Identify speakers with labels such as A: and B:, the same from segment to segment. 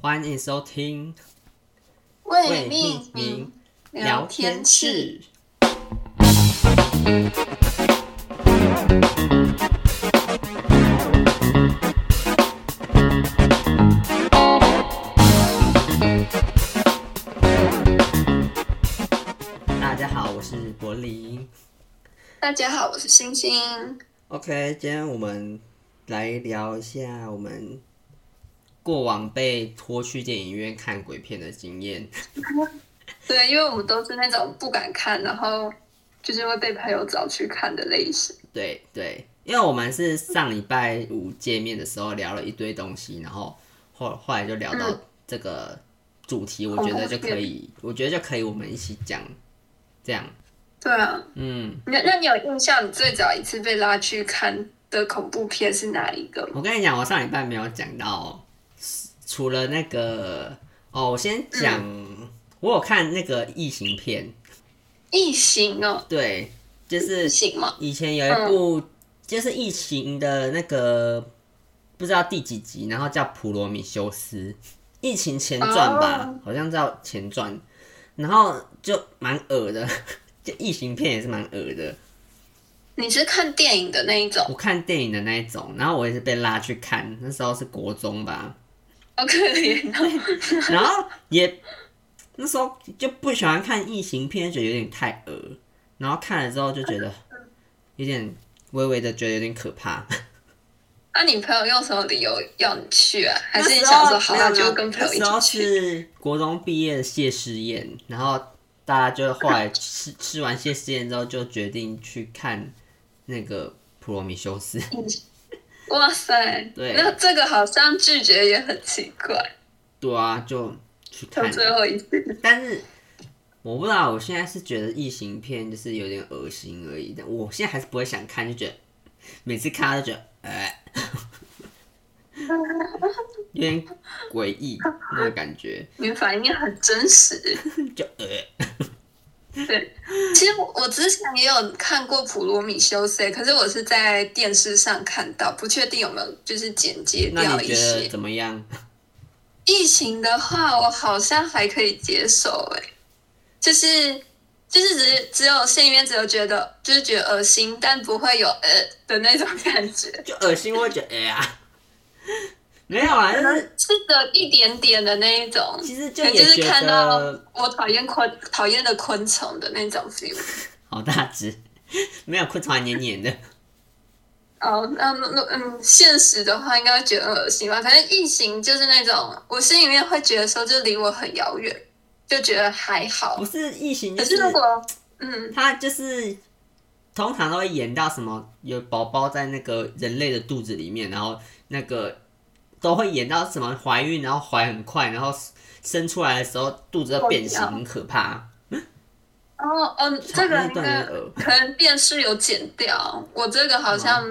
A: 欢迎收听
B: 未命名聊天室，。
A: 大家好，我是柏林。
B: 大家好，我是星星。
A: OK，今天我们来聊一下我们过往被拖去电影院看鬼片的经验。
B: 对，因为我们都是那种不敢看，然后就是会被朋友找去看的类型。
A: 对对，因为我们是上礼拜五见面的时候聊了一堆东西，然后后后来就聊到这个主题，我觉得就可以，我觉得就可以我们一起讲，这样，
B: 对啊，
A: 嗯。
B: 那那你有印象你最早一次被拉去看的恐怖片是哪一个吗？
A: 我跟你讲，我上礼拜没有讲到，除了那个哦，我先讲，我有看那个异形片，
B: 异形哦，
A: 对，就是
B: 异形吗？
A: 以前有一部、就是疫情的那个不知道第几集，然后叫《普罗米修斯》， 疫情前传吧好像叫前传，然后就蛮恶的， 就异形片也是蛮恶的。
B: 你是看电影的那一种？
A: 我看电影的那一种，然后我也是被拉去看，那时候是国中吧，
B: 好可怜哦。
A: 然后也那时候就不喜欢看异形片，觉得有点太恶，然后看了之后就觉得有点微微的觉得有点可怕。
B: 那、你朋友用什么理由要你去 啊？还
A: 那
B: 是你
A: 时
B: 想
A: 候
B: 说好，
A: 没有
B: 那
A: 没有
B: 就跟朋友一
A: 那时候
B: 起去？
A: 是国中毕业的谢师宴，然后大家就后来吃吃完谢师宴之后，就决定去看那个《普罗米修斯》。
B: 哇塞，
A: 对
B: 那这个好像拒绝也很奇怪，
A: 对啊，就去看
B: 就
A: 了。
B: 最后一次。
A: 但是我不知道，我现在是觉得异形片就是有点恶心而已，但我现在还是不会想看，就觉得每次看到就觉得，哎、 有点诡异那个感觉，
B: 你反应很真实。
A: 就呃，
B: 对，其实我我之前也有看过《普罗米修斯》，欸可是我是在电视上看到，不确定有没有就是剪接
A: 那
B: 掉
A: 你
B: 一
A: 觉得
B: 些。
A: 怎么样？
B: 疫情的话，我好像还可以接受，哎，就是就是只只有心里面只有觉得就是觉得恶心，但不会有呃的那种感觉，
A: 就恶心，我会觉得哎呀、没有啊，就是
B: 是的一点点的那一种。
A: 其实就
B: 可能
A: 也
B: 嗯哎就是
A: 觉
B: 看到
A: 得
B: 我讨厌昆讨厌的昆虫的那种 feel。
A: 好大只，没有昆虫还黏黏的，
B: 哦，那那那嗯，现实的话应该会觉得很恶心吧？可能异形就是那种，我心里面会觉得说，就离我很遥远，就觉得还好
A: 不。是异形就
B: 哦可
A: 是
B: 是如果嗯，
A: 他就是通常都会演到什么有宝宝在那个人类的肚子里面，然后那个都会演到什么怀孕，然后怀很快，然后生出来的时候肚子要变形，
B: 我知道
A: 很可怕。
B: 哦哦，这个
A: 那
B: 应
A: 一段有
B: 该
A: 点恶
B: 可能电视有剪掉，我这个好像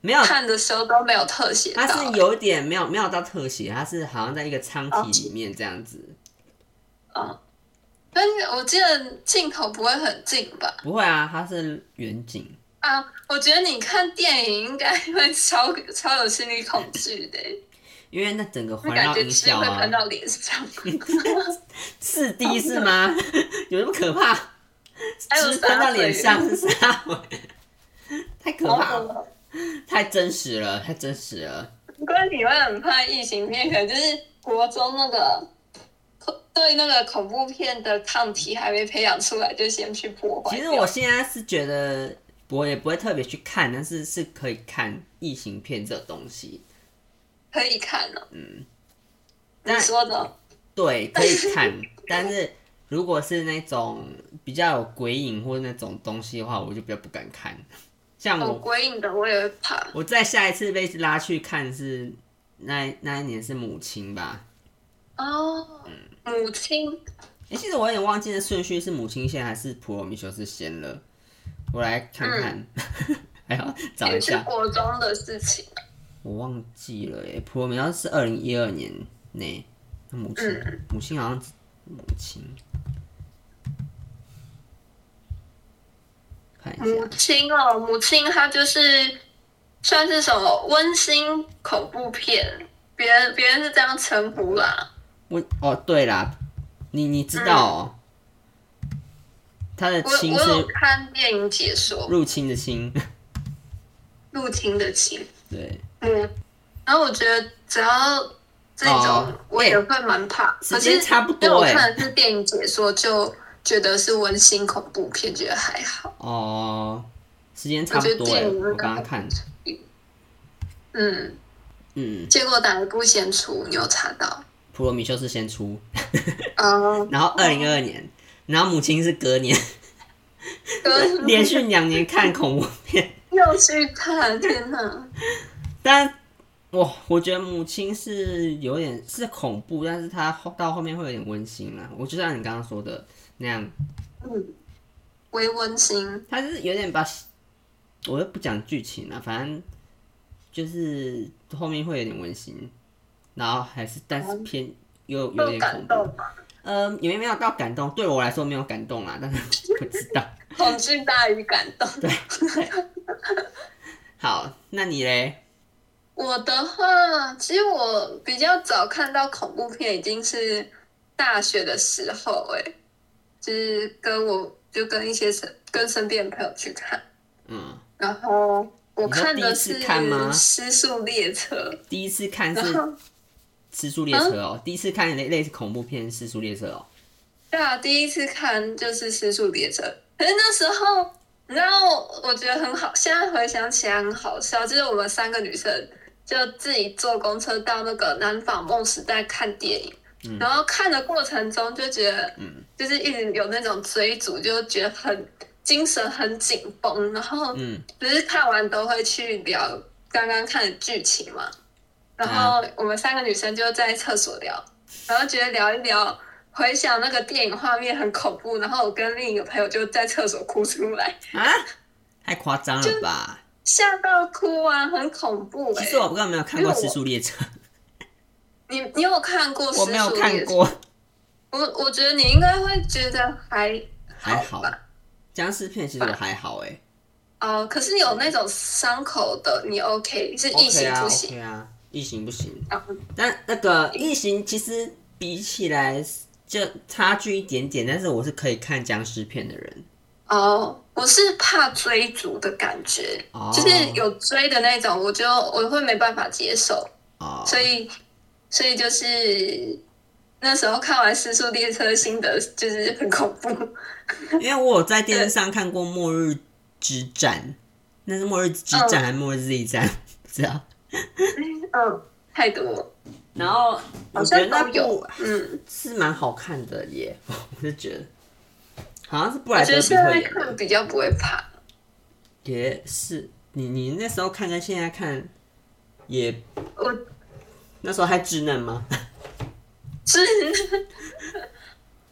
A: 没有，
B: 看的时候都没有特写
A: 它
B: 到。
A: 是有点没有没有到特写，它是好像在一个
B: 哦
A: 舱体里面这样子。
B: 但是我记得镜头不会很近吧？
A: 不会啊，它是远景。
B: 啊，我觉得你看电影应该会 超超有心理恐惧的，
A: 因为那整个
B: 那
A: 环
B: 感
A: 绕
B: 觉
A: 音
B: 是
A: 效
B: 会
A: 啊
B: 喷，到脸 上。
A: 四 D 是吗？ 有那么可怕？
B: 还有
A: 直喷到脸上是啥？ 太可
B: 好
A: 怕了
B: 恶。哦
A: 太真实了，太真实了。
B: 不过你会很怕异形片，可能就是国中那个对那个恐怖片的抗体还没培养出来，就先去破坏
A: 其
B: 掉。
A: 实我现在是觉得，我也不会特别去看，但是是可以看异形片这东西。
B: 可以看了、
A: 嗯但
B: 你说的
A: 对，可以 看，但是如果是那种比较有鬼影或那种东西的话，我就比较不敢看。像
B: 有
A: 我，
B: 鬼影哦的我也会怕。
A: 我在下一次被拉去看是那那一年是母亲吧？
B: 哦，母亲，
A: 哎、其实我有点忘记了顺序是母亲先还是普罗米修斯先了。我来看看，
B: 嗯
A: 还要找一
B: 也哎是
A: 下。
B: 国中的事情。
A: 我忘记了耶，普罗米修斯是二零一二年内，那母亲、
B: 嗯
A: 母亲好像是母亲，看一
B: 母
A: 下，
B: 亲哦，母亲它就是算是什么温馨恐怖片，别人别人是这样称呼啦。
A: 我哦，对啦，你你知道哦，他的
B: 嗯我
A: 亲
B: 我有
A: 是
B: 看电影解说
A: 入侵的侵，
B: 入侵的侵，
A: 对，
B: 嗯，然后我觉得只要这种
A: 哦哎
B: 我也会蛮怕，
A: 时
B: 可
A: 间
B: 是
A: 差不
B: 因为
A: 多
B: 我
A: 哎、
B: 看的是电影解说，就觉得是温馨恐怖片，觉得还好。
A: 哦，时间差不
B: 我觉得
A: 多哎、
B: 电影
A: 我刚刚看，
B: 嗯，
A: 嗯，
B: 结果哪一部先出？你有查到？
A: 普罗米修斯先出，
B: 哦，
A: 然后二零二二年，然后母亲是隔 年，
B: 跟
A: 连续两年看恐怖片，
B: 又去看，天哪！
A: 但哇，我觉得母亲是有点是恐怖，但是它后到后面会有点温馨啦。我就像你刚刚说的那样，
B: 嗯，微温馨，
A: 它是有点把，我又不讲剧情了，反正就是后面会有点温馨，然后还是但是偏又有
B: 够
A: 点
B: 感
A: 恐怖。
B: 动吧？
A: 嗯，也没有到感动，对我来说没有感动啦，但是我知道。
B: 恐惧大于感动。
A: 好，那你嘞？
B: 我的话，其实我比较早看到恐怖片已经是大学的时候、欸，哎，就是跟我就跟一些身跟身边的朋友去看，
A: 嗯，
B: 然后我看的
A: 你说第一
B: 是
A: 次看吗
B: 《失速列车
A: 第一次看》，是
B: 然
A: 《
B: 后
A: 失速列车》哦，第一次看类类似恐怖片《失速列车》哦。
B: 对啊，第一次看就是《失速列车》，可是那时候你知道，我觉得很好，现在回想起来很好笑，就是我们三个女生就自己坐公车到那个南纺梦时代看电影。
A: 嗯
B: 然后看的过程中就觉得，
A: 嗯
B: 就是一直有那种追逐，就觉得很精神很紧绷。然后
A: 嗯
B: 不是看完都会去聊刚刚看的剧情嘛，然后
A: 嗯
B: 我们三个女生就在厕所聊，然后觉得聊一聊，回想那个电影画面很恐怖，然后我跟另一个朋友就在厕所哭出来，
A: 啊，太夸张了吧！
B: 吓到哭啊，很恐怖
A: 其
B: 哎、
A: 实我不知道有没有看过《失速列车》，
B: 你你有看过？
A: 我没有看。过，
B: 我我觉得你应该会觉得还
A: 还好
B: 吧。。
A: 僵尸片其实我还好哎、
B: 哦，可是有那种伤口的，你 OK 是异
A: OK
B: 形
A: 啊
B: 不行。
A: ，OK 啊，异形不行。
B: 啊
A: 但那个异形其实比起来就差距一点点，但是我是可以看僵尸片的人。
B: 哦，我是怕追逐的感觉，
A: 哦
B: 就是有追的那种，我就我会没办法接受，
A: 哦，
B: 所以所以就是那时候看完《失速列车》心得就是很恐怖，
A: 因为我有在电视上看过《末日之战》，那是《末日之战》还是《末日 Z 战》？不知道。
B: 嗯，太多，
A: 然后我
B: 好
A: 觉得
B: 像
A: 那
B: 都
A: 部
B: 有，嗯，
A: 是蛮好看的耶， 我是觉得好像是布
B: 我
A: 莱
B: 觉
A: 德
B: 得
A: 比
B: 现
A: 特
B: 在
A: 演
B: 看
A: 的，
B: 比较不会怕，
A: 也是你你那时候看跟现在看也
B: 我
A: 那时候还稚嫩吗？
B: 是。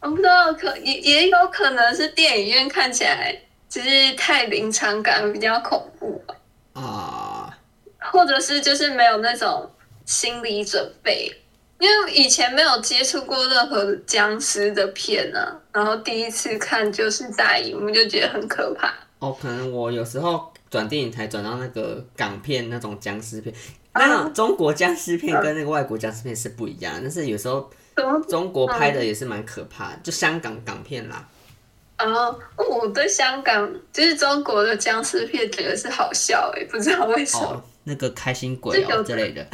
B: 我不知道，可也也有可能是电影院看起来就是太临场感比较恐怖吧
A: 啊、
B: 或者是就是没有那种心理准备，因为以前没有接触过任何僵尸的片啊，然后第一次看就是大荧幕就觉得很可怕。
A: 哦，可能我有时候转电影台转到那个港片那种僵尸片，
B: 啊嗯
A: 那种中国僵尸片跟那个外国僵尸片是不一样的，但是有时候
B: 怎么？
A: 中国拍的也是蛮可怕的，就香港港片啦。
B: 然后我对香港就是中国的僵尸片觉得是好笑诶、欸不知道为什么。
A: 哦，那个开心鬼
B: 这
A: 哦
B: 个
A: 之类的，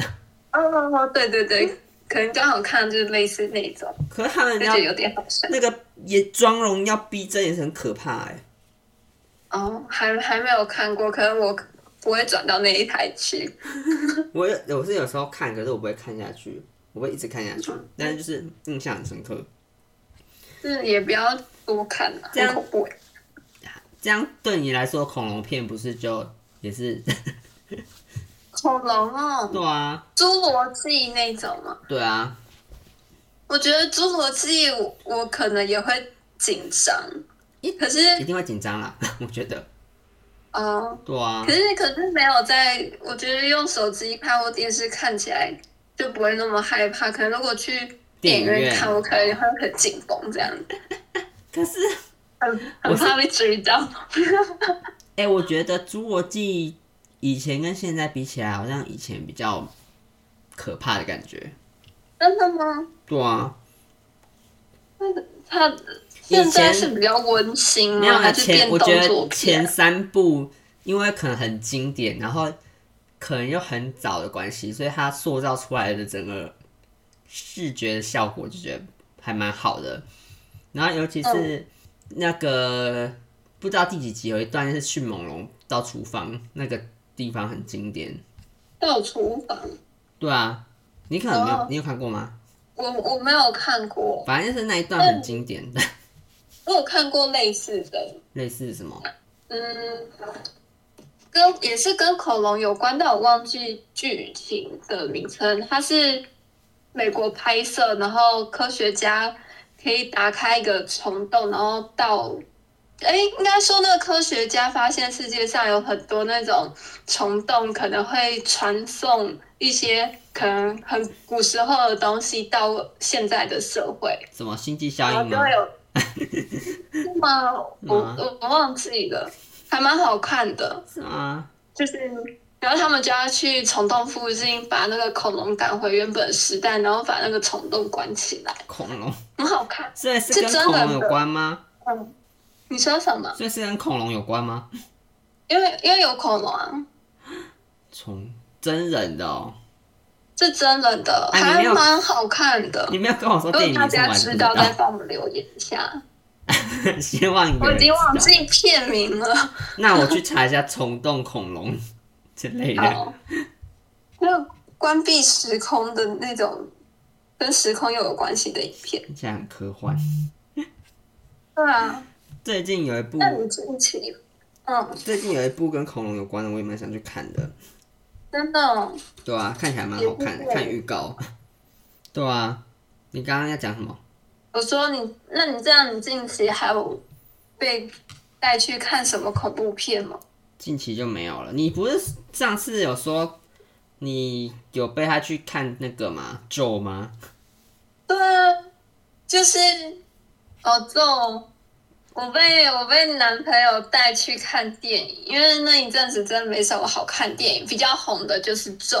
B: 哦哦哦，对对对，可能刚好看就是类似那种，
A: 可是他们
B: 就
A: 要
B: 觉得有点好笑。
A: 那个也妆容要逼真也是很可怕哎、
B: 哦，还还没有看过，可能我不会转到那一台去。
A: 我有我是有时候看，可是我不会看下去，我会一直看下去，
B: 嗯
A: 但是就是印象很深刻。
B: 就是也不要多看了、啊，
A: 这
B: 很
A: 样
B: 恐怖、欸。
A: 这样对你来说，恐龙片不是就也是
B: 恐龙哦，
A: 对啊，
B: 侏罗纪那种嘛，
A: 对啊，
B: 我觉得侏罗纪我我可能也会紧张
A: 咦，
B: 可是
A: 一定会紧张啦，我觉得。
B: 哦，
A: 对啊
B: 可，是可是没有在，我觉得用手机看或电视看起来就不会那么害怕。可能如果去
A: 电
B: 电影
A: 影
B: 院
A: 院
B: 看，我可能会很紧绷这样，
A: 可是
B: 很
A: 我
B: 很
A: 是
B: 怕被追到。
A: 哎、我觉得侏罗纪以前跟现在比起来，好像以前比较可怕的感觉。
B: 真的吗？
A: 对啊，
B: 它现在是比较温馨
A: 没有
B: 吗？
A: 啊
B: 嗯还是
A: 前
B: 变
A: 我
B: 动
A: 觉
B: 作
A: 得前
B: 片？
A: 三部因为可能很经典，然后可能又很早的关系，所以它塑造出来的整个视觉的效果就觉得还蛮好的。然后尤其
B: 哦
A: 是那个、不知道第几集有一段是迅猛龙到厨房那个地方很经典，
B: 到厨房，
A: 对啊，你可能没有、
B: 哦
A: 你有看过吗？
B: 我我没有看过，
A: 反正就是那一段
B: 嗯
A: 很经典的，
B: 我有看过类似的，
A: 类似什么？
B: 嗯，跟也是跟恐龙有关，但我忘记剧情的名称。它是美国拍摄，然后科学家可以打开一个虫洞，然后到，哎，应该说那个科学家发现世界上有很多那种虫洞，可能会传送一些可能很古时候的东西到现在的社会。
A: 什么星际
B: 然
A: 效
B: 后
A: 应
B: 就
A: 吗嗯啊
B: 会？有，是吗？我
A: 吗
B: 我我忘记了，还蛮好看的。
A: 是吗？
B: 就是，然后他们就要去虫洞附近把那个恐龙赶回原本时代，然后把那个虫洞关起来，
A: 恐龙，
B: 很好看。
A: 所以是
B: 是
A: 跟
B: 真
A: 恐
B: 人
A: 龙有
B: 的
A: 关吗？
B: 嗯，你说什么？
A: 所以是跟恐龙有关吗？
B: 因为因为有恐龙啊，
A: 从真人的哦，
B: 是真人的，
A: 哎你没
B: 还
A: 有
B: 蛮好看的。
A: 你没有跟我说
B: 如
A: 电影
B: 果哦大
A: 名称，我
B: 家
A: 还不
B: 知
A: 知
B: 道，再
A: 道。
B: 帮我们留言 一下。
A: 希望有
B: 我已
A: 人知
B: 经
A: 道
B: 忘。记片名了。
A: 那我去查一下虫洞恐龙之类 的。
B: 好， 那个关闭时空的那种跟时空又有关系的影片。
A: 听起来很科幻。
B: 对啊，
A: 最近有一部，
B: 那你近期，嗯，
A: 最近有一部跟恐龙有关的，我也蛮想去看的。
B: 真的哦，
A: 对啊，看起来蛮好看
B: 也
A: 的，
B: 不会
A: 看预告。对啊，你刚刚要讲什么？
B: 我说你，那你这样，你近期还有被带去看什么恐怖片吗？
A: 近期就没有了。你不是上次有说你有被他去看那个吗？咒吗？
B: 对啊，就是，哦，这种。我被我被男朋友带去看电影，因为那一阵子真的没什么好看电影，比较红的就是《咒》，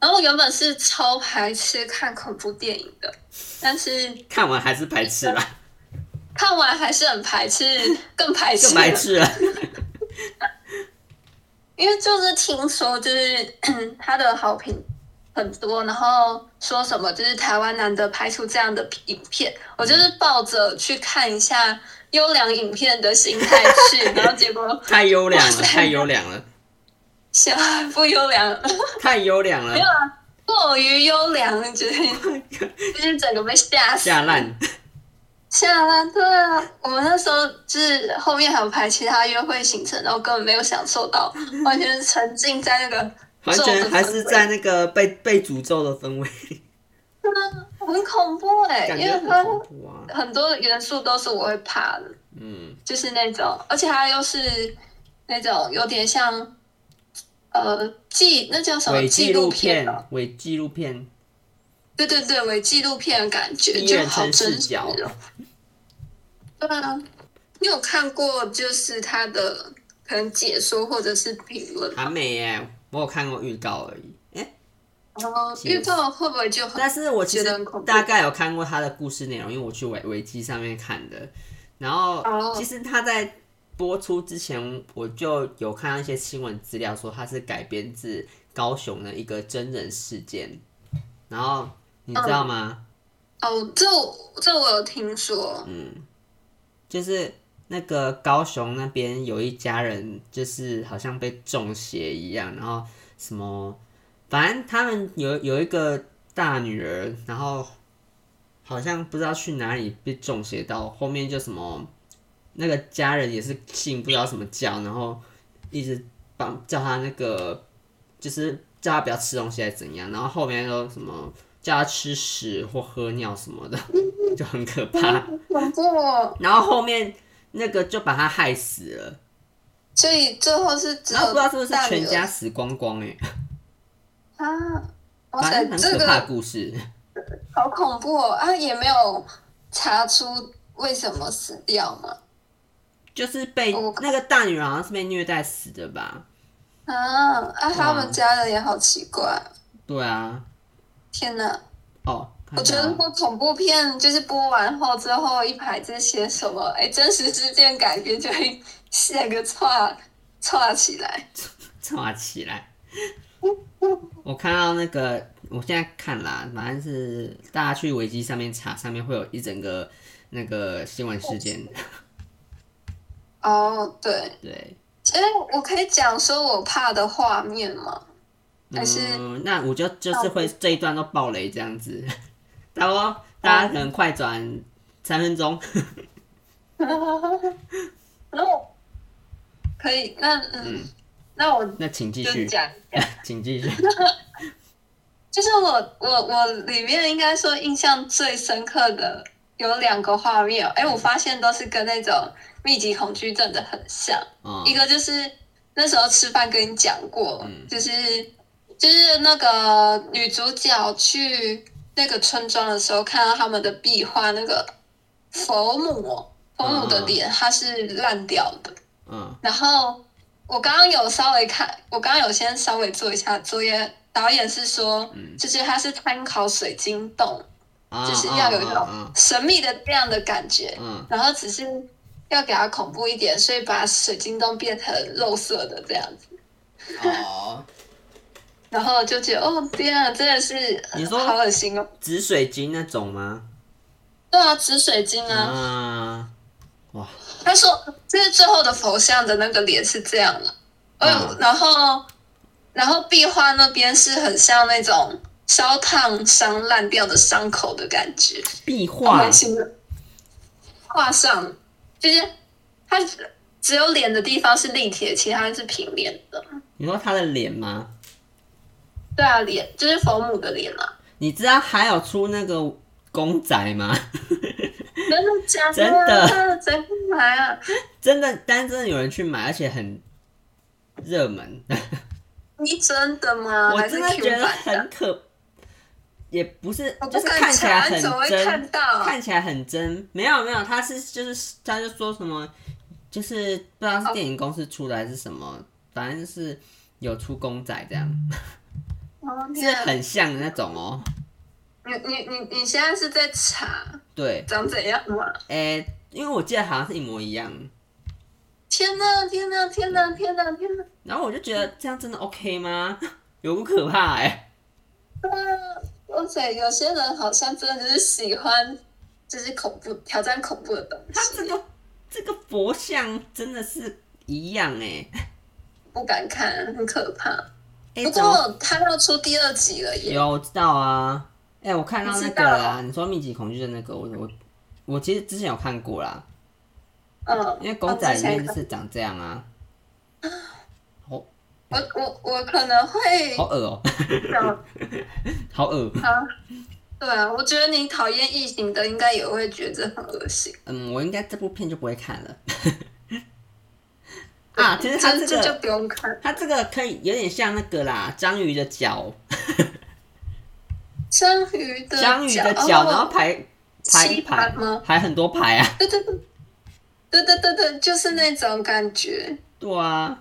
B: 然后我原本是超排斥看恐怖电影的，但是
A: 看完还是排斥啦。
B: 看完还是很排斥，更排斥
A: 就
B: 了，
A: 白痴了。
B: 因为就是听说就是 他的好评很多，然后说什么就是台湾难得拍出这样的影片，
A: 嗯
B: 我就是抱着去看一下优良影片的心态 去，然后结果
A: 太优良了，
B: 哇塞
A: 太优良了，
B: 想不优良，
A: 太优良了，
B: 啊过于优良，就是
A: Oh
B: 就是整个被吓死
A: 下 烂。
B: 吓烂。对啊，我们那时候就是后面还有排其他约会行程，然后根本没有享受 到，完全是沉浸在那个
A: 完全还是在那个被被诅咒的氛围，
B: 很恐怖哎、
A: 感
B: 因
A: 觉
B: 为
A: 很
B: 它
A: 恐怖啊。
B: 很多元素都是我会怕的，
A: 嗯，
B: 就是那种，而且它又是那种有点像，呃，纪那叫什么
A: 伪
B: 纪
A: 纪
B: 录
A: 录
B: 片哦？
A: 片，伪纪录片，
B: 对对对，伪纪录片的感觉
A: 第一
B: 就
A: 人
B: 好
A: 称视
B: 真实
A: 角。
B: 哦。对啊，你有看过就是它的可能解说或者是评论，
A: 还没耶，我有看过预告而已。哎、
B: 然后
A: 解
B: 预告会不会就很
A: 但是我其
B: 觉得
A: 实
B: 很恐怖
A: 大概有看过他的故事内容，因为我去维维基上面看的。然后
B: 哦
A: 其实他在播出之前，我就有看到一些新闻资料说他是改编自高雄的一个真人事件。然后你知
B: 嗯
A: 道吗？
B: 哦？这我这我有听说，
A: 嗯就是那个高雄那边有一家人，就是好像被中邪一样，然后什么，反正他们有有一个大女儿，然后好像不知道去哪里被中邪到，后面就什么那个家人也是信不知道什么教，然后一直帮叫他那个就是叫他不要吃东西还是怎样，然后后面又什么叫他吃屎或喝尿什么的， 就很可怕。
B: 恐怖哦。
A: 然后后面那个就把他害死了，
B: 所以最后是只
A: 然后
B: 有
A: 啊不知道是不是
B: 大女
A: 全
B: 儿
A: 家死光光哎、
B: 啊！哇
A: 反
B: 塞，
A: 正很
B: 这
A: 可
B: 个
A: 怕的故事。
B: 好恐怖哦！啊，也没有查出为什么死掉嘛？
A: 就是被
B: 哦我
A: 那个大女儿好像是被虐待死的吧？嗯
B: 啊啊，他们家人也好奇怪。
A: 对啊，
B: 天哪！
A: 哦，看
B: 我觉
A: 到
B: 得
A: 了
B: 如果恐怖片就是播完后之后一排这些什么哎真实事件改编，就会 写个串串起来。
A: 抓起来。我看到那个，我现在看啦，反正是大家去维基上面查，上面会有一整个那个新闻事件。
B: 哦，对，
A: 对，
B: 哎，我可以讲说我怕的画面吗？ 还是哦
A: 嗯，那我就就是会这一段都爆雷这样子。 然后大家可能快转三分钟，
B: 然后可以，那嗯，那我
A: 那请继
B: 就
A: 续，
B: 讲，
A: 请 继续。
B: 就是我我我里面应该说印象最深刻的有两个画面哦，哎，我发现都是跟那种密集恐惧症的很像。
A: 嗯
B: 一个就是那时候吃饭跟你讲过，
A: 嗯
B: 就是就是那个女主角去那个村庄的时候，看到他们的壁画那个佛母，哦佛母的脸它是烂掉的。
A: 嗯
B: 然后我刚刚有稍微看，我刚刚有先稍微做一下作业。导演是说，
A: 嗯
B: 就是他是参考水晶洞，
A: 啊，
B: 就是要有一种
A: 嗯
B: 神秘的这样的感觉。
A: 嗯
B: 然后只是要给它恐怖一点，所以把水晶洞变成肉色的这样子，
A: 嗯哦，
B: 然后就觉得哦天啊，真的是
A: 你说
B: 好恶心哦。
A: 紫水晶那种吗？
B: 对啊，紫水晶啊，
A: 啊，哇，
B: 他说就是最后的佛像的那个脸是这样的，
A: 嗯
B: 嗯，然后然后壁画那边是很像那种烧烫伤烂掉的伤口的感觉，
A: 壁画
B: 蛮形容画上就是它只有脸的地方是立体的，其他是平面的。
A: 你说他的脸吗？
B: 对啊，脸就是佛母的脸啊，
A: 你知道还有出那个公仔吗？
B: 真的假的？
A: 真的
B: 真的来啊！
A: 真的，但真的有人去买，而且很热门。
B: 你真的吗？
A: 我
B: 啊还
A: 真
B: 是
A: 的
B: Q
A: 觉得
B: 版的
A: 很可，也不是
B: 我，不
A: 就是
B: 敢
A: 看起来
B: 查
A: 很
B: 怎么会
A: 真，
B: 看到
A: 看起来很真。没有没有，他是就是他就说什么，就是不知道是电影公司出的还是什么，反正就是有出公仔这样，
B: 哦
A: 是
B: 天啊
A: 很像的那种哦。
B: 你你你你现在是在查
A: 对，
B: 长怎样吗？
A: 诶、因为我记得好像是一模一样。
B: 天哪！天哪！天哪！天哪！天哪！
A: 然后我就觉得这样真的 OK 吗？ 有不可怕哎、
B: 对啊，而且有些人好像真的就是喜欢，就是恐怖挑战恐怖的东
A: 他这
B: 西，
A: 个 这个佛像真的是一样哎、
B: 不敢看，很可怕。
A: 哎，
B: 不
A: 怎么
B: 过他要出第二集了耶！
A: 有我知道啊。哎、我看到那
B: 你知
A: 个
B: 道
A: 啦，你说密集恐惧症那个，我我我其实之前有看过啦，
B: 嗯，
A: 因为狗仔
B: 哦之
A: 里
B: 前
A: 面就是长这样啊，
B: 我我我可能会
A: 好恶哦、
B: 想
A: 好恶。
B: 啊，对啊，我觉得你讨厌异形的，应该也会觉得很恶心
A: 嗯，我应该这部片就不会看了。 啊，其实他
B: 这
A: 这
B: 这就
A: 个
B: 不用看。
A: 他这个可以有点像那个啦，章鱼的脚，
B: 章鱼的
A: 章鱼的脚，然后
B: 呃哦，
A: 排排一
B: 吸
A: 排
B: 盘吗，
A: 排很多排啊。
B: 对对对，对对对对，就是那种感觉。
A: 对啊，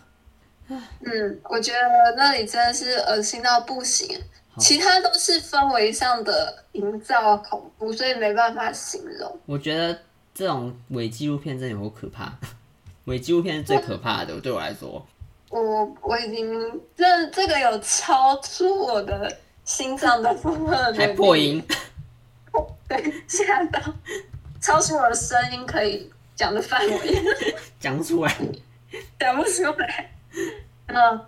B: 嗯，我觉得那里真的是恶心到不行，其他都是氛围上的营造恐怖，所以没办法形容。
A: 我觉得这种伪纪录片真的有够可怕， 伪纪录片是最可怕的，对我来说。
B: 我我已经这这个有超出我的心脏的部分了，
A: 还破音，
B: 对，吓到，超出我的声音可以讲的范围，
A: 讲不出来。
B: 讲不出来。嗯，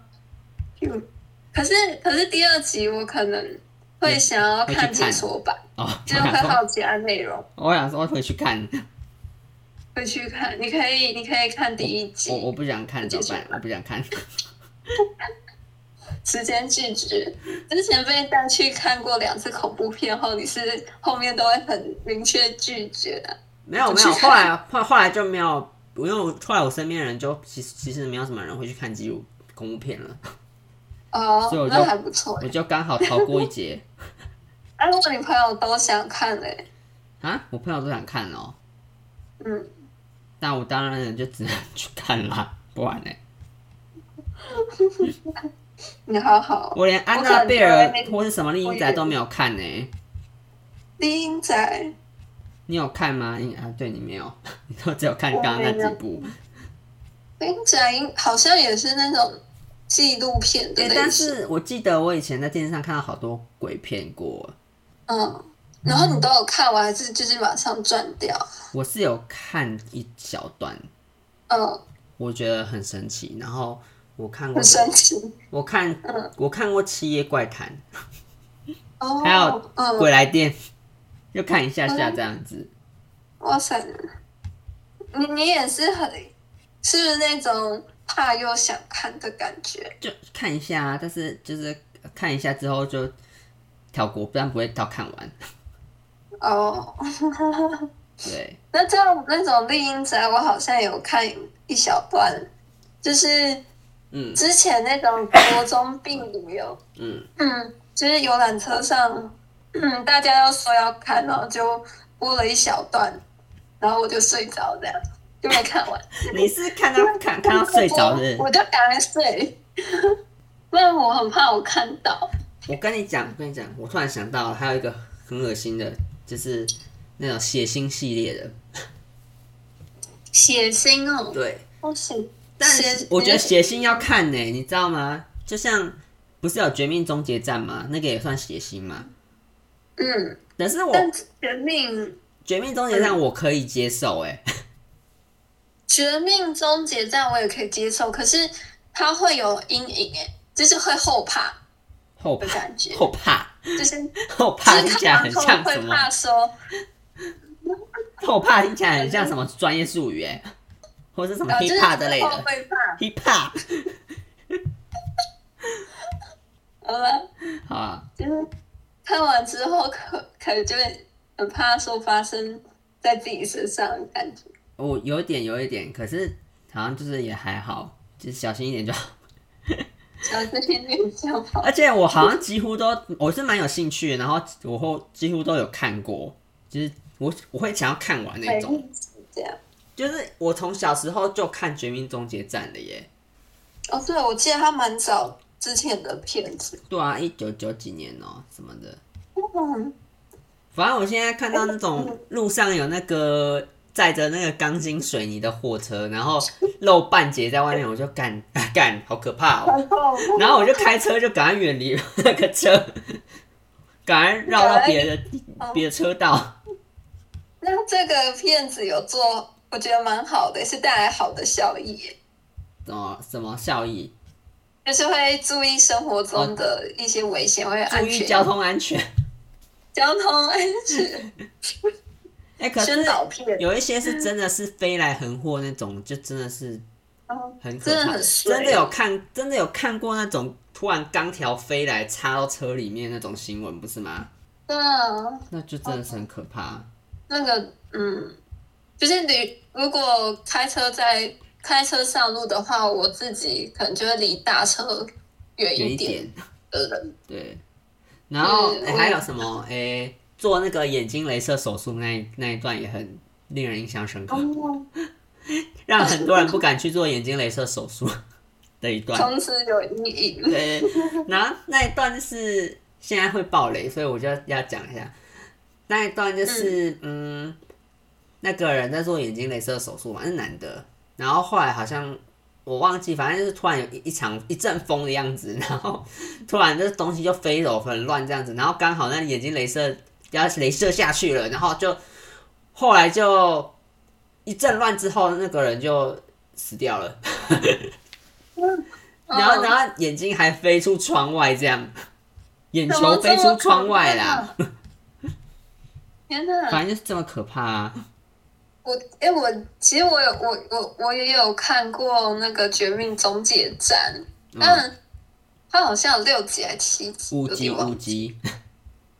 B: 嗯可是可是第二集我可能
A: 嗯
B: 会想要看解说版，
A: 哦，我
B: 就是会
A: 想说，
B: 好奇它内容，
A: 我想说回去看，
B: 会去看。你可以你可以看第一
A: 我
B: 集，
A: 我不想看怎么办？我不想看。
B: 时间拒绝。之前被带去看过两次恐怖片后，你是后面都会很明确拒绝的、
A: 没有
B: 不
A: 没
B: 去
A: 有，
B: 看
A: 后来后后来就没有，因为我后来我身边的人就其实其实没有什么人会去看纪录公务片了，所以我就
B: 哦，那还不错
A: 我。就刚好逃过一 劫
B: 啊，如果你朋友都想看嘞、
A: 啊！我朋友都想看哦，
B: 嗯，
A: 那我当然就只能去看啦，不然呢？
B: 你好好，
A: 我连安娜贝尔或是什么丽英仔都没有看呢、
B: 丽英仔，
A: 你有看吗？你啊，对你没有， 你都只有看刚刚那几部。
B: 丽英仔应好像也是那种纪录片的
A: 诶
B: 类型，
A: 但是我记得我以前在电视上看到好多鬼片过，
B: 嗯，然后你都有看，我还是就是马上转掉，
A: 我是有看一小段，
B: 嗯，
A: 我觉得很神奇。然后我看过
B: 很，神奇
A: 我看
B: 嗯
A: 我看过《七夜怪谈
B: 哦，
A: 还有
B: 嗯》，
A: 鬼来电，就看一下下这样子。
B: 哇塞，你你也是很，是不是那种怕又想看的感觉？
A: 就看一下啊，但是就是看一下之后就跳过，不然不会到看完。
B: 哦，
A: 对，
B: 那这样那种丽英仔，我好像有看一小段，就是
A: 嗯
B: 之前那种国中病旅游，
A: 嗯，
B: 嗯，就是游览车上，嗯，大家都说要看，然后就播了一小段，然后我就睡着，这样就没 看完。
A: 你是看 到看看到睡着的。
B: 我就赶快睡， 不然我很怕我看到。
A: 我跟你讲，我跟你讲，我突然想到还有一个很恶心的，就是那种血腥系列的。
B: 血腥哦，
A: 对，
B: 不行。
A: 但
B: 血
A: 是我觉得血腥要看呢、你知道吗？就像不是有《绝命终结战》吗？那个也算血腥嘛。
B: 嗯，
A: 但是我《
B: 但绝命
A: 绝命终结战》
B: 嗯
A: 我可以接受、 欸，哎，
B: 绝命终结战我也可以接受，可是它会有阴影哎，就是会后怕
A: 后
B: 的
A: 怕
B: 感 觉，
A: 后怕
B: 就是
A: 后怕
B: 就是
A: 听起来
B: 看
A: 很
B: 完后
A: 像
B: 会
A: 什么？
B: 怕说
A: 后怕听起来很像什么专业术语、欸，哎，或是什么
B: 呃，嗯就
A: hip
B: 是
A: hop 之类
B: 之后
A: 的
B: 会怕。
A: hip hop。
B: 好了，
A: 好啊，
B: 呃就是看完之后可可能就会很怕说发生在自己身上的感觉。
A: 我有一点有一点，可是好像就是也还好，就是小心一点就好。
B: 然后这些女生跑，
A: 而且我好像几乎都，我是蛮有兴趣的，然后我后几乎都有看过，就是我我会想要看完 那种。
B: 这样。
A: 就是我从小时候就看《绝命终结战》的耶，
B: 哦，对，我记得他蛮早之前的片子。
A: 对啊，一九九几年哦、什么的。
B: 嗯，
A: 反正我现在看到那种路上有那个载着那个钢筋水泥的货车，然后露半截在外面，我就干 干，好可怕哦、
B: 然后
A: 然后我就开车就赶快远离 那个车，赶快绕到别 的别的车道。
B: 哦那这个片子有做，我觉得蛮好的，是带来好的效益耶，
A: 什么什么效益？
B: 就是会注意生活中的一些危险，会
A: 哦注
B: 安
A: 意
B: 全
A: 交通安 全。
B: 交通安全
A: 哎、 可是
B: 宣导片，
A: 有一些是真的是飞来横祸那种，就真的是
B: 嗯
A: 很可怕。
B: 真的很衰
A: 真的有看，真的有看过那种突然钢条飞来插到车里面那种新闻，不是吗？
B: 对啊，
A: 那就真的是很可
B: 哦
A: 怕。
B: 那个嗯，就是你如果开车在开车上路的话，我自己可能就会离大车远
A: 远、
B: 一
A: 一
B: 点
A: 点，
B: 的人，
A: 对。然后、
B: 嗯
A: 哎
B: 我
A: 还有什么？哎、做那个眼睛镭射手术那一那一段也很令人印象深刻，
B: 哦，
A: 让很多人不敢去做眼睛镭射手术的一段。
B: 从此有阴影。
A: 对，然后那一段就是现在会爆雷，所以我就要讲一下。那一段就是嗯那个人在做眼睛镭射手术嘛，是男的。然后后来好像我忘记，反正就是突然有一一场一阵风的样子，然后突然这东西就飞走很乱这样子，然后刚好那眼睛镭射要镭射下去了，然后就后来就一阵乱之后，那个人就死掉了。
B: 哦
A: 然后，然后眼睛还飞出窗外，这样，眼
B: 怎么
A: 球
B: 这
A: 飞出
B: 么
A: 窗外啦，
B: 可怕！啊 天哪！
A: 反正就是这么可怕、啊。
B: 我哎、我其实我有我我我也有看过那个《绝命终结战》
A: 嗯，
B: 但它好像有六集还七集，
A: 五
B: 有
A: 级
B: 点忘
A: 五级，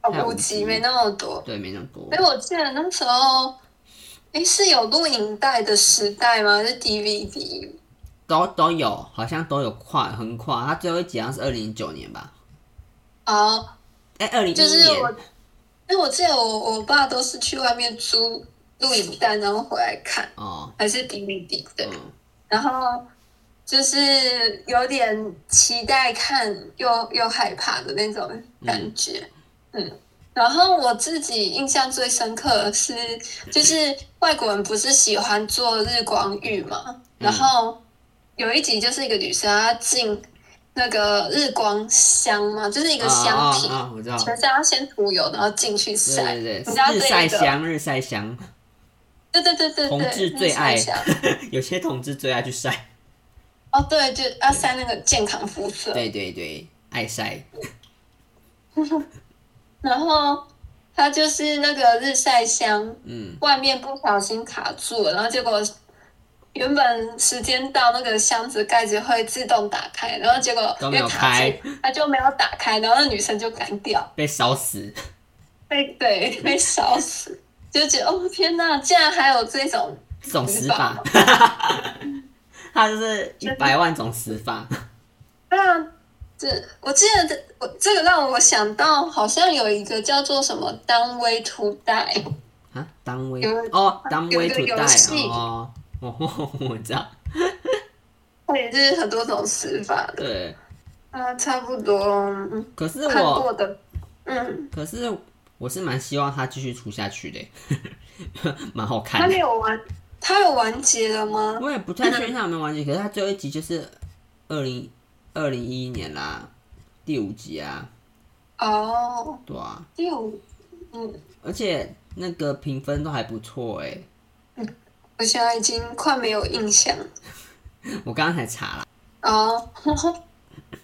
B: 哦
A: 还有
B: 五
A: 五集
B: 集没那么多。
A: 对，没那么多
B: 哎，，我记得那时候，哎、是有录影带的时代吗？还是 DVD？
A: 都都有，好像都有跨横跨。它最后一集好像是二零一九年吧？
B: 哦，
A: 哎、2二零一
B: 就是
A: 一
B: 我
A: 年，，
B: 哎，我记得我我爸都是去外面租录影带，然后回来看，
A: 哦，
B: 还是 DVD 对。
A: 嗯，
B: 然后就是有点期待看又又害怕的那种感觉，嗯。然后我自己印象最深刻的是，就是外国人不是喜欢做日光浴嘛，
A: 嗯
B: 然后有一集就是一个女生她进那个日光箱嘛，就是一个香
A: 啊啊
B: 瓶，
A: 啊，我知道，
B: 全身要先涂油，然后进去晒，
A: 对对
B: 你知道
A: 对，
B: 这
A: 日晒
B: 一个？
A: 香，日晒香，
B: 对对对对对，
A: 同志
B: 日
A: 最
B: 晒
A: 爱
B: 香
A: 有些同志最爱去晒，
B: 哦，对，就要晒那个健康肤色，
A: 对对对，爱晒，
B: 然后它就是那个日晒香，
A: 嗯，
B: 外面不小心卡住了，然后结果原本时间到，那个箱子盖子会自动打开，然后结果
A: 都
B: 因
A: 没有
B: 为卡
A: 开
B: 住，它就没有打开，然后那女生就干掉，
A: 被烧 死，
B: 被对被烧死，就觉得哦天哪，竟然还有这种，
A: 这种死法， 他就是一百万种死法，
B: 那这我记得这我这个让我想到好像有一个叫做什么单微图带，
A: 啊，单位
B: 有
A: 哦，单位
B: 有一
A: 土
B: 个
A: 带
B: 游戏
A: 哦， 哦，我知道，
B: 它也是很多种死法的，
A: 对，
B: 啊，差不多嗯
A: 可是
B: 看
A: 我
B: 过的，嗯，
A: 可是我是蛮希望它继续出下去的， 蛮好
B: 他
A: 看
B: 没
A: 的。
B: 有完， 他有完结了吗？
A: 我也不太确定它有没有完结，可是它最后一集就是二零二零一一年啦，第五集啊，
B: 哦，
A: 对啊，
B: 六，嗯，
A: 而且那个评分都还不错哎、
B: 我现在已经快没有印象了
A: 我刚刚才查了，
B: 哦。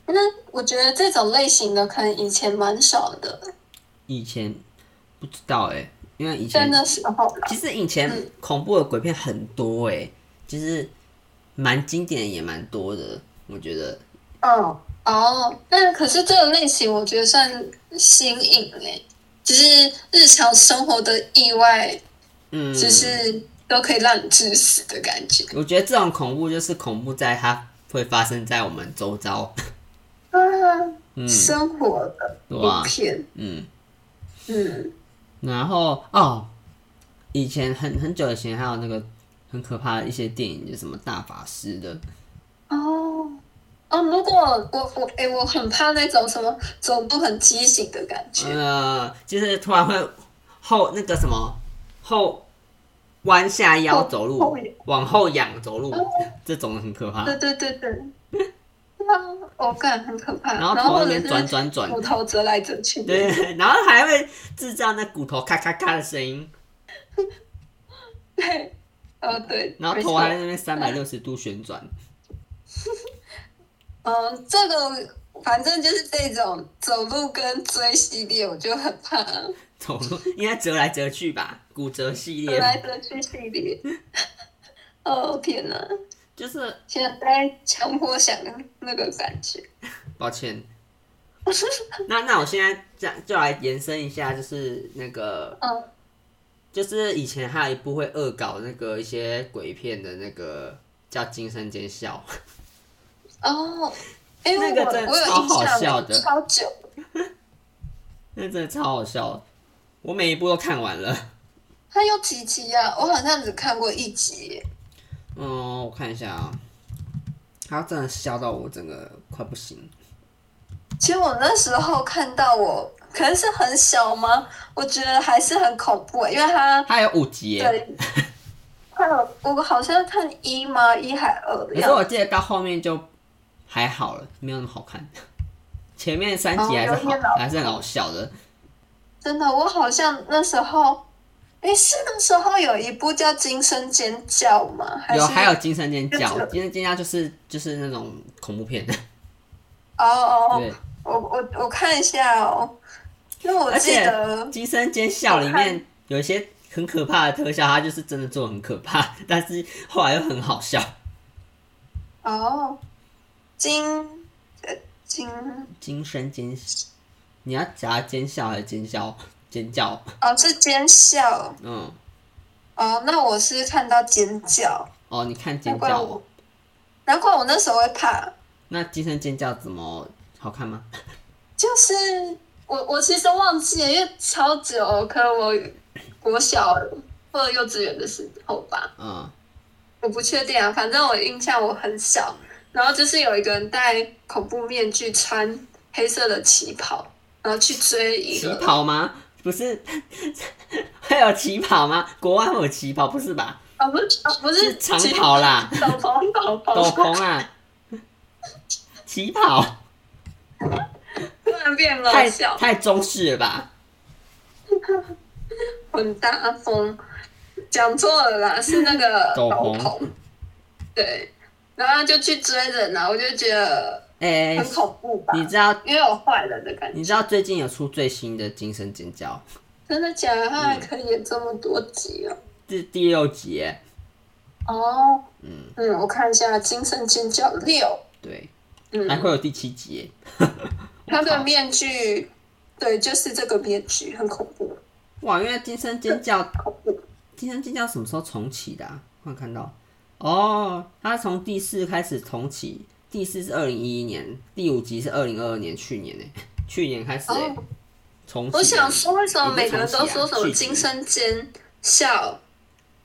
B: 那我觉得这种类型的可能以前蛮少的，
A: 以前不知道哎、因为以
B: 在
A: 前
B: 那时候啦
A: 其实以前恐怖的鬼片很多哎、就是蛮经典的也蛮多的，我觉得
B: 嗯，哦，那可是这个类型我觉得算新颖诶、就是日常生活的意外，
A: 嗯，
B: 就是都可以让你致死的感觉。
A: 我觉得这种恐怖就是恐怖在它会发生在我们周遭，
B: 啊，
A: 嗯，
B: 生活的
A: 对
B: 影
A: 吧？
B: 片，
A: 嗯，
B: 嗯，
A: 然后哦，以前很很久以前还有那个很可怕的一些电影，就是什么大法师的，
B: 哦，哦，如果我我哎、我很怕那种什么走路很畸形的感觉。
A: 呃，就是突然会后那个什么后弯下腰走
B: 后
A: 路
B: 后仰，哦
A: 往后仰走路，这种很可怕。
B: 对对对对，对啊，我感很可怕。
A: 然后
B: 或
A: 头那
B: 者
A: 边转
B: 是
A: 转转，
B: 骨头折来折去。
A: 对， 然后还会制造那骨头咔咔咔的声音，
B: 对，哦对。
A: 然后
B: 没
A: 头
B: 错
A: 还在那边三百六十度旋转。
B: 嗯，这个反正就是这种走路跟追系列，我就很怕
A: 走路应该折来折去吧， 骨折系
B: 折来
A: 列
B: 折去系列。 哦天哪！
A: 就是
B: 现在强迫想那个感觉。
A: 抱歉。那那我现在这样就来延伸一下，就是那个
B: 嗯，
A: 就是以前还有一部会恶搞那个一些鬼片的那个叫《惊声尖笑》，
B: 哦，哎、
A: 那个真的
B: 我我有
A: 超
B: 印
A: 好
B: 象
A: 笑
B: 了
A: 的
B: 超久。
A: 那真的超好笑，我每一部都看完了。
B: 它有几集啊？我好像只看过一集。
A: 嗯，我看一下啊，他真的笑到我整个快不行。
B: 其实我那时候看到我，可能是很小吗？我觉得还是很恐怖、因为 它
A: 他有五集耶，
B: 对，还有我好像看一吗？一还二的
A: 可是
B: 样子。
A: 我记得到后面就还好了，没有那么好看。 前面三集
B: 哦
A: 还是
B: 有
A: 好，
B: 点老
A: 还是很好笑的。
B: 真的，我好像那时候，哎、是那时候有一部叫《惊声尖叫》吗？还是
A: 有还有精神尖
B: 就是
A: 叫，精神尖叫就是就是那种恐怖片，
B: 哦哦 哦，
A: 对，
B: 我我我看一下哦，因为我
A: 而
B: 记
A: 且
B: 得
A: 精神尖笑里
B: 好
A: 面
B: 看
A: 有一些很可怕的特效，它就是真的做得很可怕， 但是后来又很好笑。
B: 哦，惊呃惊
A: 精神尖，你要夹尖笑还是尖笑？尖叫，
B: 哦是尖笑
A: 嗯，
B: 哦，那我是看到尖叫，
A: 哦，你看
B: 难
A: 尖
B: 怪
A: 叫
B: 我
A: 哦，
B: 难怪我那时候会怕，
A: 那精神尖叫怎么好看吗？
B: 就是我我其实忘记了，因为超久，可能我国小或者幼稚园的时候吧，
A: 嗯，
B: 我不确定啊，反正我印象我很小。然后就是有一个人戴恐怖面具，穿黑色的旗袍，然后去追一
A: 旗
B: 个
A: 袍吗？不是， 还有旗袍吗？国外会有旗袍不是吧？
B: 啊不是啊不是
A: 是长袍 啦，
B: 旗袍，斗 篷斗
A: 斗
B: 篷，
A: 篷啊，旗袍
B: 突然变搞
A: 太
B: 笑，
A: 太中式了吧？
B: 混搭风，讲错 了啦，是那个
A: 斗
B: 斗
A: 篷
B: 篷，对，然后他就去追人啊，我就觉得
A: 哎、
B: 很恐怖吧，
A: 你知道
B: 因为有坏人的感觉，
A: 你知道最近有出最新的《惊声尖叫
B: 真的假的？他还可以演这么多集哦。》
A: 这第六集耶，
B: 哦，
A: 嗯，
B: 嗯，我看一下《精神尖叫六》，
A: 对，
B: 嗯，
A: 还会有第七集耶。
B: 他的面具，对，就是这个面具，很恐怖，
A: 哇，原来《惊声尖叫》《
B: 恐怖。
A: 惊声尖叫》什么时候重启的、啊？我看到哦，它从第四开始重启，第四是二零一一年，第五集是二零二二年，去年呢、 去年开始、欸
B: 哦
A: 重启的。
B: 我想说，为什么每个人都说什么
A: 也不长期啊
B: 精神尖笑，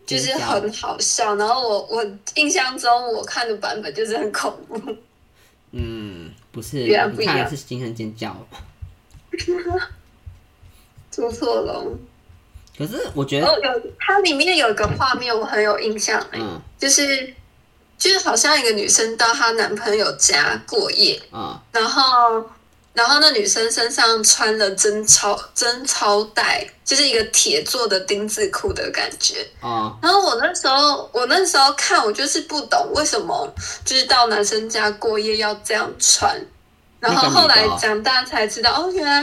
A: 巨
B: 就
A: 集
B: 是很好笑，然后我我印象中我看的版本就是很恐怖，
A: 嗯，不是，
B: 原来不
A: 你
B: 一样
A: 看的是《惊声尖叫》，
B: 朱错龙。
A: 可是我觉得，
B: 哦，有它里面有一个画面我很有印象、欸，
A: 嗯
B: 就是就是好像一个女生到她男朋友家过夜，
A: 啊、
B: 然后，然后那女生身上穿了真超真超带，就是一个铁做的丁字裤的感觉。
A: 嗯、哦，
B: 然后我那时候，我那时候看，我就是不懂为什么，就是到男生家过夜要这样穿。然后后
A: 啊
B: 来长大才知道，哦，原来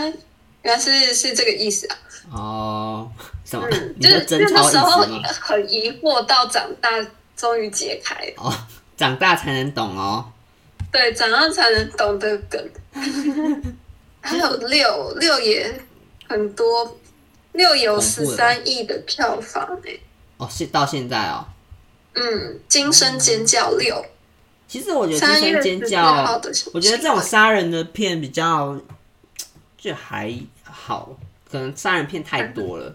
B: 原来是是这个意思啊。
A: 哦，什么？
B: 嗯，
A: 你
B: 就
A: 说
B: 是
A: 真
B: 就
A: 超
B: 那
A: 意
B: 时候
A: 思吗？
B: 很疑惑，到长大终于解开，
A: 哦，长大才能懂哦。
B: 对，长大才能懂得梗。还有六六也很多，六有
A: 恐
B: 十
A: 怖的吧
B: 三亿的票房诶、
A: 哦，现到现在哦，
B: 嗯，惊声尖叫六，
A: 其实我觉得《
B: 三
A: 惊
B: 月
A: 声
B: 十
A: 尖
B: 四
A: 叫》
B: 号的时候，
A: 我觉得这种杀人的片比较就还好，可能杀人片太多了，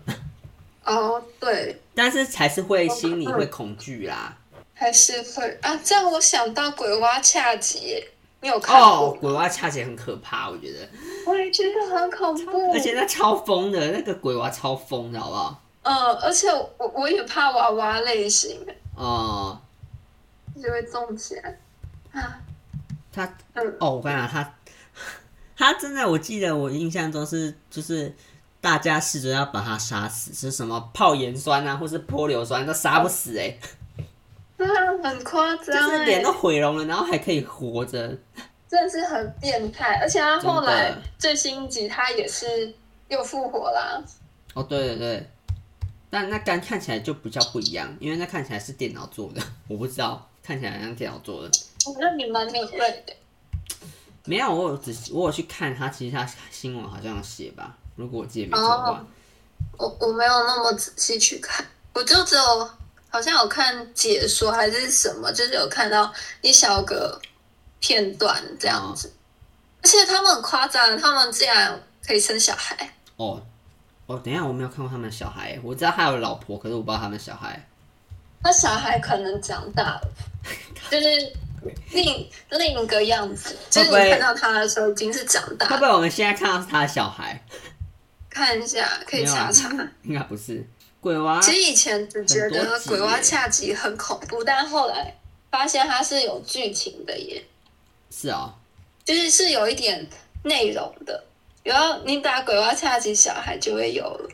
B: 哦，对，
A: 但是还是会心里会恐惧啦。
B: 还是会啊，这样我想到鬼蛙恰吉耶，你有看过
A: 哦
B: 吗？，
A: 鬼娃恰姐很可怕，我觉得，
B: 我也觉得很恐怖，
A: 而且那超疯的，那个鬼娃超疯的，好不好？
B: 嗯，而且我我也怕娃娃类型，
A: 哦、
B: 就会动起来啊，
A: 他
B: 嗯，
A: 哦，我跟你讲，他他真的，我记得我印象中是就是大家试着要把他杀死，是什么泡盐酸啊，或是泼硫酸都杀不死、欸，
B: 啊，很夸
A: 哎，就
B: 张
A: 是
B: 哎，
A: 脸都毁容了，然后还可以活着，
B: 真的是很变态，而且他后来
A: 真的
B: 最新一集他也是又复活啦。
A: 哦，对对对，但那干看起来就比较不一样，因为那看起来是电脑做的，我不知道，看起来好像电脑做的。
B: 哦那你蛮敏锐的，
A: 没有，我有仔细，我有去看他，其实他新闻好像有写吧，如果我记得没错的话，
B: 我我没有那么仔细去看，我就只有好像有看解说还是什么，就是有看到一小个片段这样
A: 哦
B: 子。而且他们很夸张，他们竟然可以生小孩，
A: 哦哦，等一下我没有看过他们的小孩，欸我知道他有老婆，可是我不知道他们的小孩。
B: 那小孩可能长大了，就是另另一个样子，就是你
A: 会不会
B: 看到他的时候已经是长 大
A: 会不
B: 了。
A: 会我们现在看到是他的小孩？
B: 看一下，可以
A: 没有啊
B: 查查。
A: 应该不是。鬼娃
B: 其实以前只觉得鬼娃恰吉很恐怖，但后来发现它是有剧情的耶，
A: 是哦，
B: 就是是有一点内容的。然后你打鬼娃恰吉小孩就会有了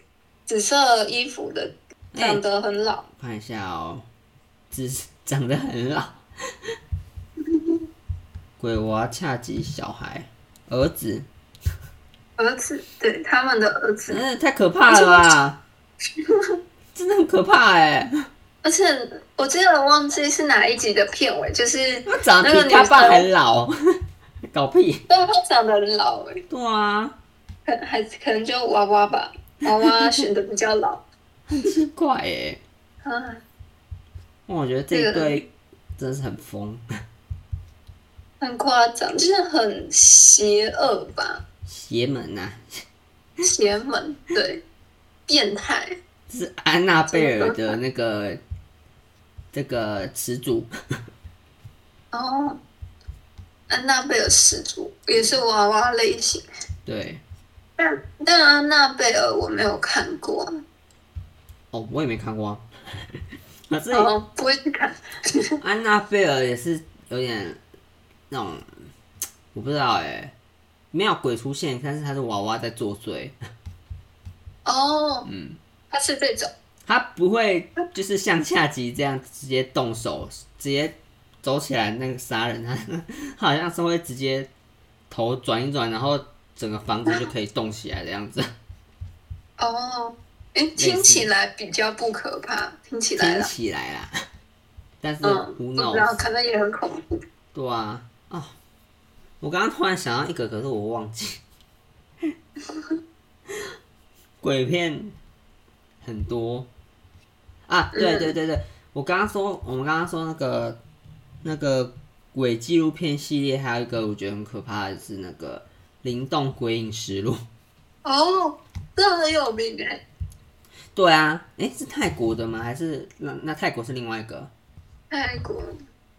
B: 紫色衣服的，
A: 哎
B: 长得很老，
A: 我看一下哦，只是长得很老。 鬼娃恰吉小孩儿子，
B: 儿子对他们的儿子，
A: 嗯，太可怕了吧！真的很可怕哎、
B: 而且我记得忘记是哪一集的片尾，就是
A: 他长得比他爸还老， 搞屁！
B: 对他长得很老耶，
A: 对啊，
B: 可还可能就娃娃吧，娃娃选的比较老，
A: 很奇怪哎、
B: 啊，
A: 我觉得这一
B: 这个
A: 对真是很疯，
B: 很夸张，就是很邪恶吧。
A: 邪门呐、啊！
B: 邪门，对，变态，
A: 这是安娜贝尔的那个这个始祖，
B: 哦，安娜贝尔始祖也是娃娃类型，
A: 对，
B: 但但安娜贝尔我没有看过，
A: 哦，我也没看过啊。可是
B: 哦，不会去看。
A: 安娜贝尔也是有点那种，我不知道哎、没有鬼出现，但是他是娃娃在作祟，
B: 哦，
A: 嗯，
B: 它是这种，
A: 他不会就是像下集这样直接动手，直接走起来那个杀人，他他 好像是会直接头转一转，然后整个房子就可以动起来的样子，
B: 哦，哎，
A: 似
B: 听起来比较不可怕，听起来
A: 听
B: 啦，
A: 起来啦， 但是
B: 嗯，
A: 无
B: 不
A: 脑
B: 知道，可能也很恐怖。
A: 对啊，哦，我刚刚突然想到一个，可是我忘记。 鬼片很多啊，
B: 嗯
A: 对对对对，我刚刚说，我们刚刚说那个那个伪纪录片系列，还有一个我觉得很可怕的是那个《灵动鬼影实录》。
B: 哦，这很有名哎，
A: 对啊，诶，是泰国的吗？还是那那泰国是另外一个
B: 泰国，
A: 《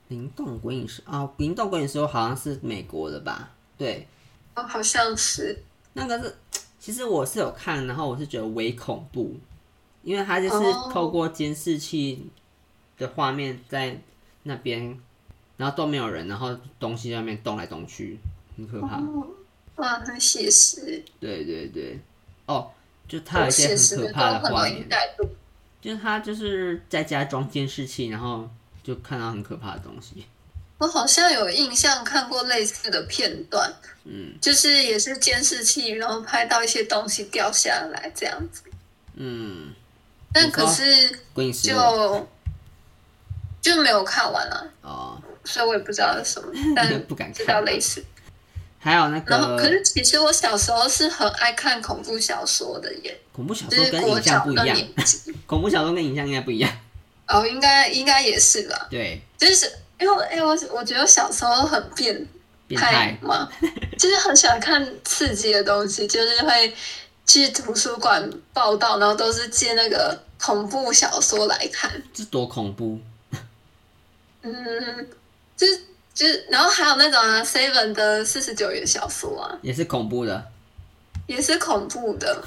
A: 灵动鬼影实》啊，《灵动鬼影实录》好像是美国的吧？对，
B: 哦，好像是，
A: 那个是，其实我是有看，然后我是觉得微恐怖，因为它就是
B: 哦
A: 透过监视器的画面在那边，然后都没有人，然后东西在那边动来动去，很可怕。
B: 哦，哇，很写实，
A: 对对对，哦，就它有一些
B: 写实
A: 很可
B: 的
A: 怕
B: 都
A: 的
B: 很
A: 画
B: 容易
A: 面，
B: 带入。
A: 就是它就是在家装监视器，然后就看到很可怕的东西。
B: 我好像有印象看过类似的片段，
A: 嗯
B: 就是也是监视器，然后拍到一些东西掉下来这样子。
A: 嗯，
B: 但
A: 你说
B: 可是
A: 鬼影实录
B: 就就没有看完啊，
A: 哦，
B: 所以我也不知道是什么，但
A: 不敢
B: 知道
A: 看。
B: 类似。
A: 还有那
B: 然后，可
A: 个
B: 是其实我小时候是很爱看恐怖小说的耶，
A: 恐怖小
B: 就
A: 说
B: 是
A: 跟
B: 国
A: 影像
B: 小
A: 不一
B: 二
A: 样，
B: 年级。
A: 恐怖小说跟影像应该不一样。
B: 哦，应该应该也是吧，
A: 对，
B: 就是因为哎、我我觉得我小时候很变
A: 变
B: 态
A: 态，
B: 嘛，就是很喜欢看刺激的东西，就是会去图书馆报道，然后都是借那个恐怖小说来看。
A: 这多恐怖！
B: 嗯，就是就是，然后还有那种啊，Seven 的四十九元小说啊，
A: 也是恐怖的。
B: 也是恐怖的。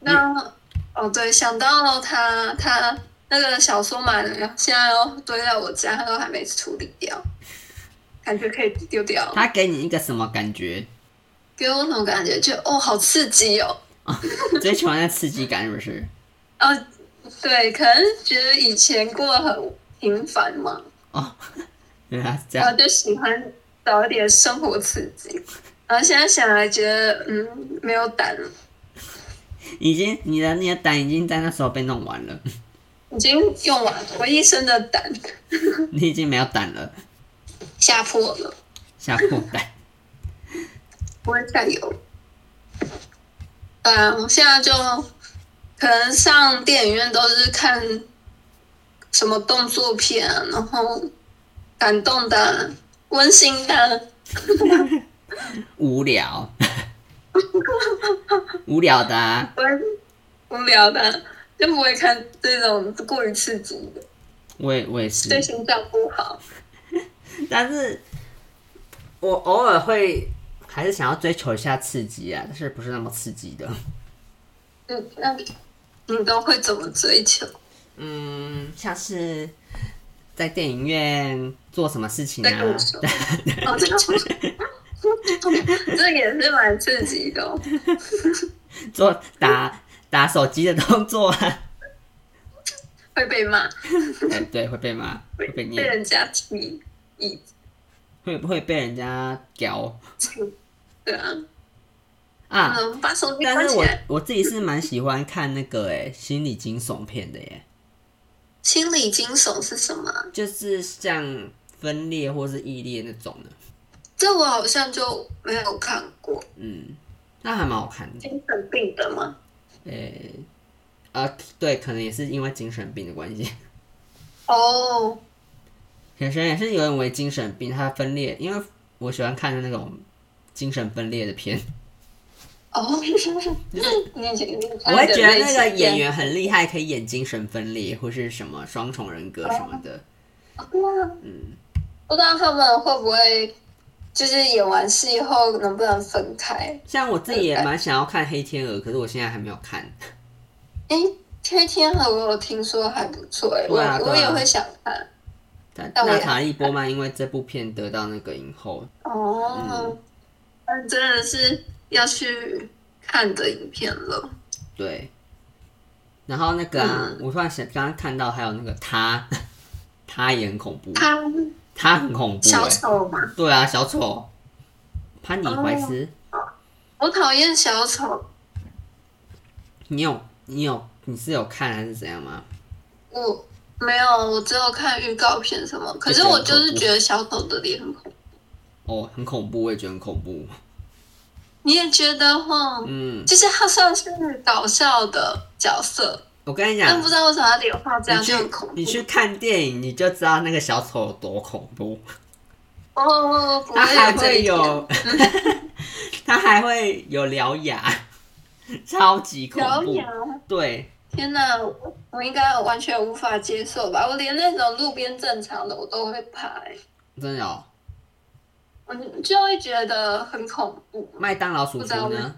B: 那哦，对，想到他他那个小说买了，现在都堆在我家，都还没处理掉，感觉可以丢掉。
A: 它给你一个什么感觉？
B: 给我什么感觉？就哦，好刺激哦！
A: 最喜欢的刺激感是不是？
B: 啊，对，可能觉得以前过得很平凡嘛，
A: 哦， 原来是这
B: 然
A: 样。
B: 后就喜欢找一点生活刺激，然后现在想来觉得嗯没有胆，
A: 已经你的你的胆已经在那时候被弄完 了，
B: 已经用完了我一生的胆，
A: 你已经没有胆了，
B: 吓破了，
A: 吓破胆。
B: 不会再有。嗯，我现在就可能上电影院都是看什么动作片啊，然后感动的啊、温馨的啊。
A: 无聊， 无聊的、啊。
B: 不会无聊的，就不会看这种过于刺激的，
A: 我也我也是，
B: 对心脏不好。
A: 但是我偶尔会还是想要追求一下刺激啊，但是不是那么刺激的。
B: 嗯，那你都会怎么追求？
A: 嗯，像是在电影院做什么事情
B: 再跟
A: 啊
B: 我？说。哦，这个这也是蛮刺激的、哦，
A: 做打打手机的动作啊？
B: 会被骂，
A: 哎对，会被骂，会被
B: 被
A: 念，
B: 人家踢椅子，
A: 会会被人家屌
B: 对啊，
A: 啊？
B: 嗯，把手机
A: 但
B: 关
A: 是
B: 起
A: 我
B: 来。
A: 我自己是蛮喜欢看那个哎、心理惊悚片的耶，
B: 心理惊悚是什么啊？
A: 就是像分裂或是异裂那种的，
B: 这我好像就没有看过，
A: 嗯，那还蛮好看的。
B: 精神病的吗？
A: 哎、啊，对，可能也是因为精神病的关系。
B: 哦，
A: 可能也是有人为精神病，他分裂，因为我喜欢看那种精神分裂的 片，
B: 哦， 你你
A: 我会觉得那个演员很厉害，可以演精神分裂或是什么双重人格什么的。
B: 哦不知道他们会不会就是演完戏后能不能分开？
A: 像我自己
B: 哦
A: 也蛮想要看《黑天鹅》，可是我现在还没有看。
B: 哎、黑天鹅我有听说还不错哎、我、
A: 对啊对啊
B: 我也会想看
A: 但
B: 但我也
A: 娜塔莉波曼因为这部片得到那个影后，
B: 哦。那、真的是要去看的影片了。
A: 对。然后那个啊，
B: 嗯
A: 我突然想，刚刚看到还有那个他，他也很恐怖，
B: 他
A: 他很恐怖、
B: 小
A: 欸，
B: 丑嘛，
A: 对啊，小丑，潘妮怀
B: 哦
A: 斯，
B: 我讨厌小丑。
A: 你有你有你是有看还是怎样吗？
B: 我没有，我只有看预告片什么。可是我就是觉得小丑的脸很恐怖。
A: 哦，很恐怖，我也觉得很恐怖。
B: 你也觉得哈？
A: 嗯，
B: 就是他算是搞笑的角色，
A: 我跟你
B: 但
A: 讲
B: 不，知道为什么他脸画这样
A: 你
B: 就很
A: 去
B: 恐怖。
A: 你去看电影，你就知道那个小丑有多恐怖。
B: 哦，不
A: 他还
B: 这一
A: 会
B: 点
A: 有， 他还会有獠牙，超级恐
B: 獠
A: 怖。
B: 牙。
A: 对，
B: 天哪，我我应该完全无法接受吧？我连那种路边正常的我都会怕、欸，
A: 真的哦。
B: 我嗯就会觉得很恐怖。
A: 麦当劳叔
B: 不知道
A: 叔
B: 为
A: 呢？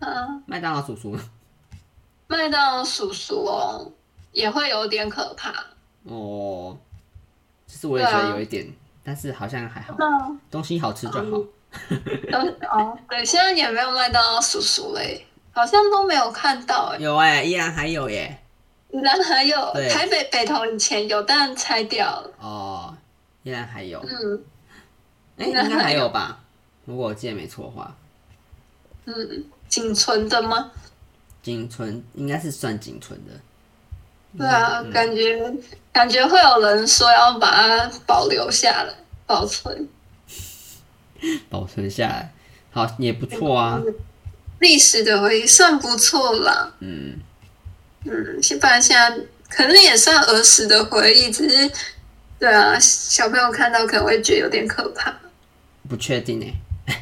B: 啊，
A: 麦当劳叔叔呢？
B: 麦当劳叔叔哦，也会有点可怕。
A: 哦，其实我也觉
B: 对
A: 得
B: 啊
A: 有一点，但是好像还好，
B: 那
A: 东西好吃就好。
B: 都哦，对，现在也没有麦当劳叔叔嘞，好像都没有看到哎、
A: 有哎、依然还有耶。
B: 欸。然还有
A: 对
B: 台北北投以前有，但拆掉了。
A: 哦，依然还有，
B: 嗯
A: 哎、
B: 依然
A: 应该还
B: 还有
A: 有吧？如果我记得没错的话，
B: 嗯，仅存的吗？
A: 仅存应该是算仅存的。
B: 对啊
A: 嗯，
B: 感觉感觉会有人说要把它保留下来，保存
A: 保存下来，好也不错啊。
B: 历史的回忆，算不错啦。
A: 嗯，
B: 嗯，现不然现在可能也算儿时的回忆，只是对啊，小朋友看到可能会觉得有点可怕。
A: 不确定哎、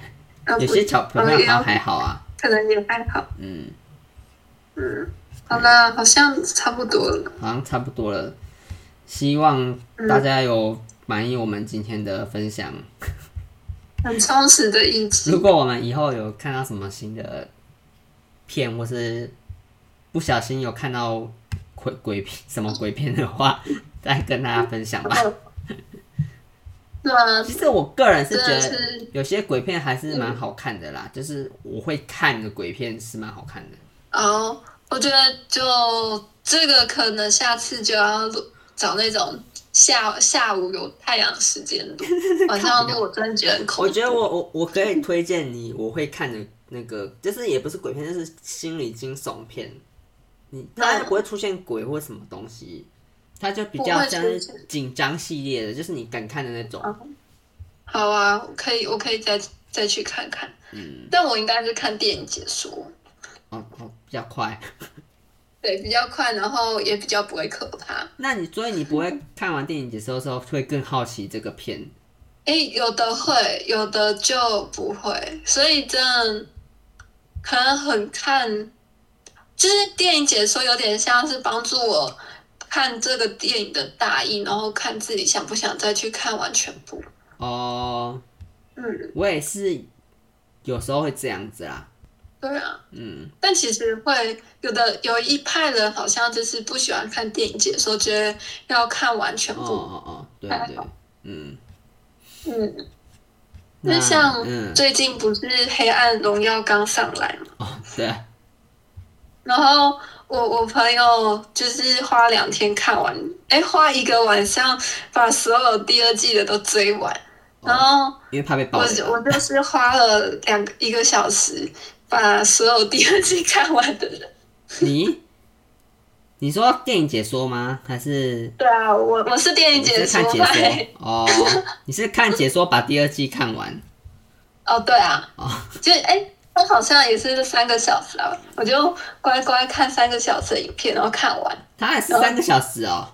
B: 啊，
A: 有
B: 不
A: 些小朋友好像
B: 要
A: 还好啊。
B: 可能也还好。嗯
A: 嗯，
B: 好啦，好像差不多了。
A: 好像差不多了。希望大家有满意我们今天的分享。
B: 很充实的一集
A: 如，果我们以后有看到什么新的片，或是不小心有看到鬼鬼片什么鬼片的话， 再跟大家分享吧。
B: 对啊，
A: 其实我个人是
B: 真
A: 觉
B: 的
A: 得
B: 是嗯
A: 有些鬼片还是蛮好看的啦，就是我会看的鬼片是蛮好看的。
B: 哦，我觉得就这个可能下次就要录找那种下下午有太阳时间 录，晚上录我真的觉得很恐
A: 我
B: 怖。
A: 觉得我我我可以推荐你我会看的那个，就是也不是鬼片，就是心理惊悚片。你
B: 嗯
A: 它不会出现鬼或什么东西，它就比较像是紧张系列的，就是你敢看的那种。
B: 哦好啊，我可以我可以再再去看看，
A: 嗯，
B: 但我应该是看电影解说，
A: 哦哦，比较快。
B: 对，比较快，然后也比较不会可怕。
A: 那你所以你不会 看完电影解说的时候会更好奇这个片？
B: 诶，有的会，有的就不会，所以真的可能很看，就是电影解说有点像是帮助我看这个电影的大意，然后看自己想不想再去看完全部。
A: 哦，
B: 嗯，
A: 我也是有时候会这样子啦。
B: 对啊，
A: 嗯，
B: 但其实会有的有一派人好像就是不喜欢看电影解说，觉得要看完全
A: 哦
B: 部。
A: 哦哦，对
B: 还
A: 对，嗯。
B: 嗯，
A: 那
B: 那像
A: 嗯
B: 最近不是《黑暗荣耀》刚上来吗？
A: 哦对啊，
B: 然后我我朋友就是花两天看完，哎，花一个晚上把所有第二季的都追完。然后
A: 因为怕被爆
B: 我
A: 雷
B: 就
A: 嘛。
B: 我就是花了两个一个小时把所有第二季看完的人。
A: 你？你说电影解说吗？还是
B: 对啊，我我是电影
A: 你是
B: 解说哎
A: 看解
B: 派。
A: 说？哦，你是看解说把第二季看完
B: 哦，对啊，
A: 哦，
B: 就哎。他好像也是三个小时啊，我就乖乖看三个小时的影片，然后看完，
A: 它还是三个小时哦。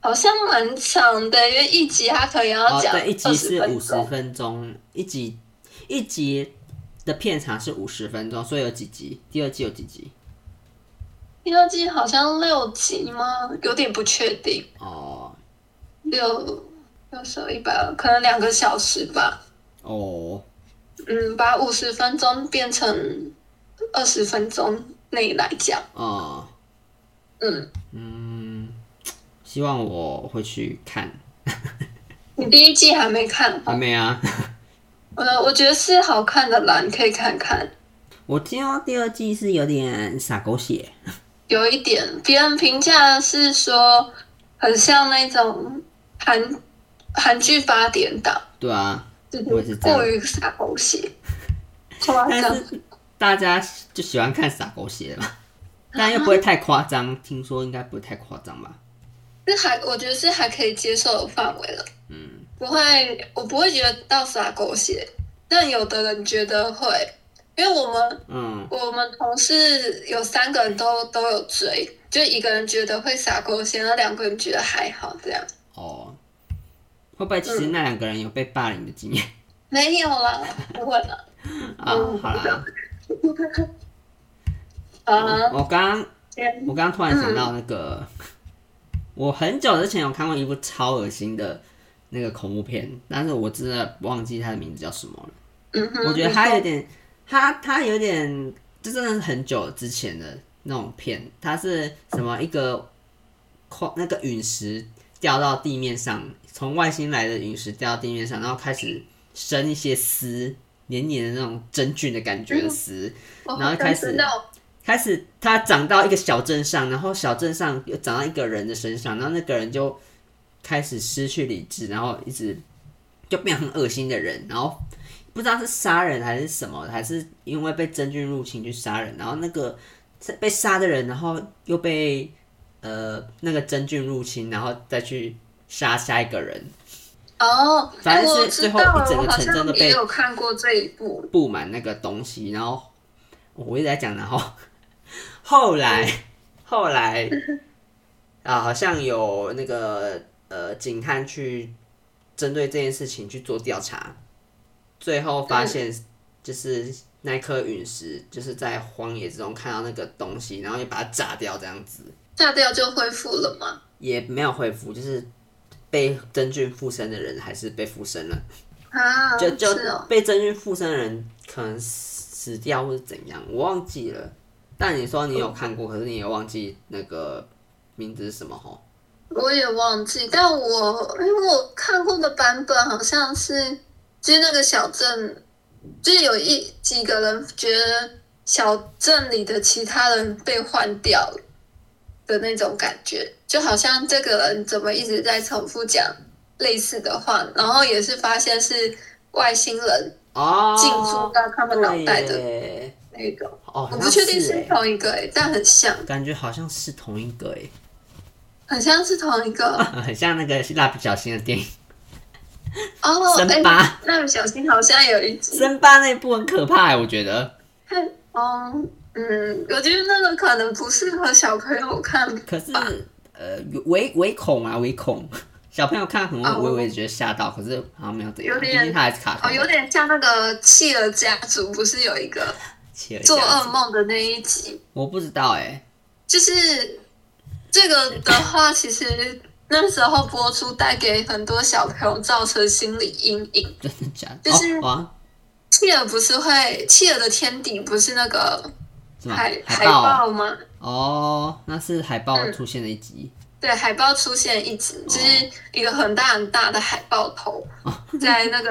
B: 好像蛮长的，因为一集他可能要
A: 哦，
B: 讲
A: 对，一集
B: 20
A: 是
B: 分
A: 五十
B: 钟
A: 分钟，一集一集的片长是五十分钟，所以有几集？第二季有几集？
B: 第二季好像六集吗？有点不确定，
A: 哦，
B: 六要手一百二，可能两个小时吧。
A: 哦，
B: 嗯，把五十分钟变成二十分钟内来讲。
A: 哦，
B: 嗯，
A: 嗯，希望我会去看，
B: 你第一季还没看
A: 还
B: 吧？
A: 没啊。
B: 呃，我觉得是好看的啦，你可以看看。
A: 我听到第二季是有点洒狗血，
B: 有一点，别人评价是说很像那种韩韩剧八点档，
A: 对啊，
B: 就
A: 我也是
B: 是
A: 这样
B: 过于洒 狗血，夸
A: 但
B: 张。
A: 是大家就喜欢看洒狗血嘛，但又不会太夸张，听说应该不会太夸张吧？
B: 是还我觉得是还可以接受的范围了，嗯，不会，我不会觉得到洒狗血，但有的人觉得会，因为我们
A: 嗯，
B: 我们同事有三个人都都有追，就一个人觉得会洒狗血，然后两个人觉得还好，这样
A: 哦，会不会其实那两个人有被霸凌的经验
B: 没有啦，不会啦，
A: 啊？好啦，
B: 啊，
A: 我刚
B: 天
A: 我刚刚突然想到那个，我很久之前有看过一部超恶心的那个恐怖片，但是我真的忘记它的名字叫什么了。
B: 嗯哼，
A: 我觉得它有点，它它有点，这真的是很久之前的那种片。它是什么一个矿那个陨石掉到地面上，从外星来的陨石掉到地面上，然后开始生一些丝，黏黏的那种真菌的感觉的丝，
B: 我
A: 然后
B: 好
A: 开
B: 像
A: 始
B: 知道，
A: 开始他长到一个小镇上，然后小镇上又长到一个人的身上，然后那个人就开始失去理智，然后一直就变很恶心的人，然后不知道是杀人还是什么，还是因为被真菌入侵去杀人，然后那个被杀的人，然后又被呃那个真菌入侵，然后再去杀下一个人，
B: 哦，哎
A: 反正是
B: 我知
A: 最后
B: 道
A: 一整个
B: 了，我好
A: 城镇都
B: 像
A: 被
B: 也有看过这一部，
A: 布满那个东西，然后我一直在讲，然后 后来后来啊，好像有那个呃警探去针对这件事情去做调查，最后发现就是那颗陨石就是在荒野之中看到那个东西，然后就把它炸掉，这样子
B: 炸掉就恢复了吗？
A: 也没有恢复，就是被真菌附身的人还是被附身了。
B: 啊，
A: 就是就
B: 哦，
A: 被真菌附身的人可能死掉或者怎样，我忘记了。但你说你有看过，可是你也忘记那个名字是什么吼？
B: 我也忘记，但我因为我看过的版本好像是，就是那个小镇，就是有一几个人觉得小镇里的其他人被换掉了的那种感觉，就好像这个人怎么一直在重复讲类似的话，然后也是发现是外星人
A: 哦，
B: 进驻到他们脑袋
A: 对
B: 的
A: 耶
B: 那种，
A: 哦，
B: 我
A: 好
B: 不
A: 像
B: 确定是
A: 耶
B: 同一个、欸，但很像，
A: 感觉好像是同一个诶，
B: 很像是同一个。
A: 呃很像那个蜡笔小新的
B: 嗯
A: 电影《
B: 哦，
A: 森
B: 哎，
A: 巴
B: 蜡笔小新好像有一集，
A: 森巴》那一部很可怕耶，我觉得。
B: 哦，嗯，我觉得那个可能不适合小朋友看
A: 可是呃，唯唯恐啊，唯恐。小朋友看很
B: 哦
A: 我我也觉得吓到，可是好像没有怎样，
B: 有
A: 毕
B: 点
A: 竟它还是卡
B: 哦，
A: 通。
B: 有点像那个《弃儿家族》，不是有一个
A: 企鹅
B: 做
A: 家
B: 噩
A: 族
B: 梦的那一集？
A: 我不知道哎、
B: 就是这个的话，其实那时候播出带给很多小朋友造成心理阴影。
A: 真的假的？
B: 就是
A: 哦、啊，
B: 弃儿不是会，弃儿的天敌不是那个
A: 什么
B: 海
A: 嗯海
B: 报
A: 报？
B: 吗？
A: 哦，那是海报
B: 嗯
A: 出现的一集。
B: 对，海报出现一只，就是一个很大很大的海报头， 在那个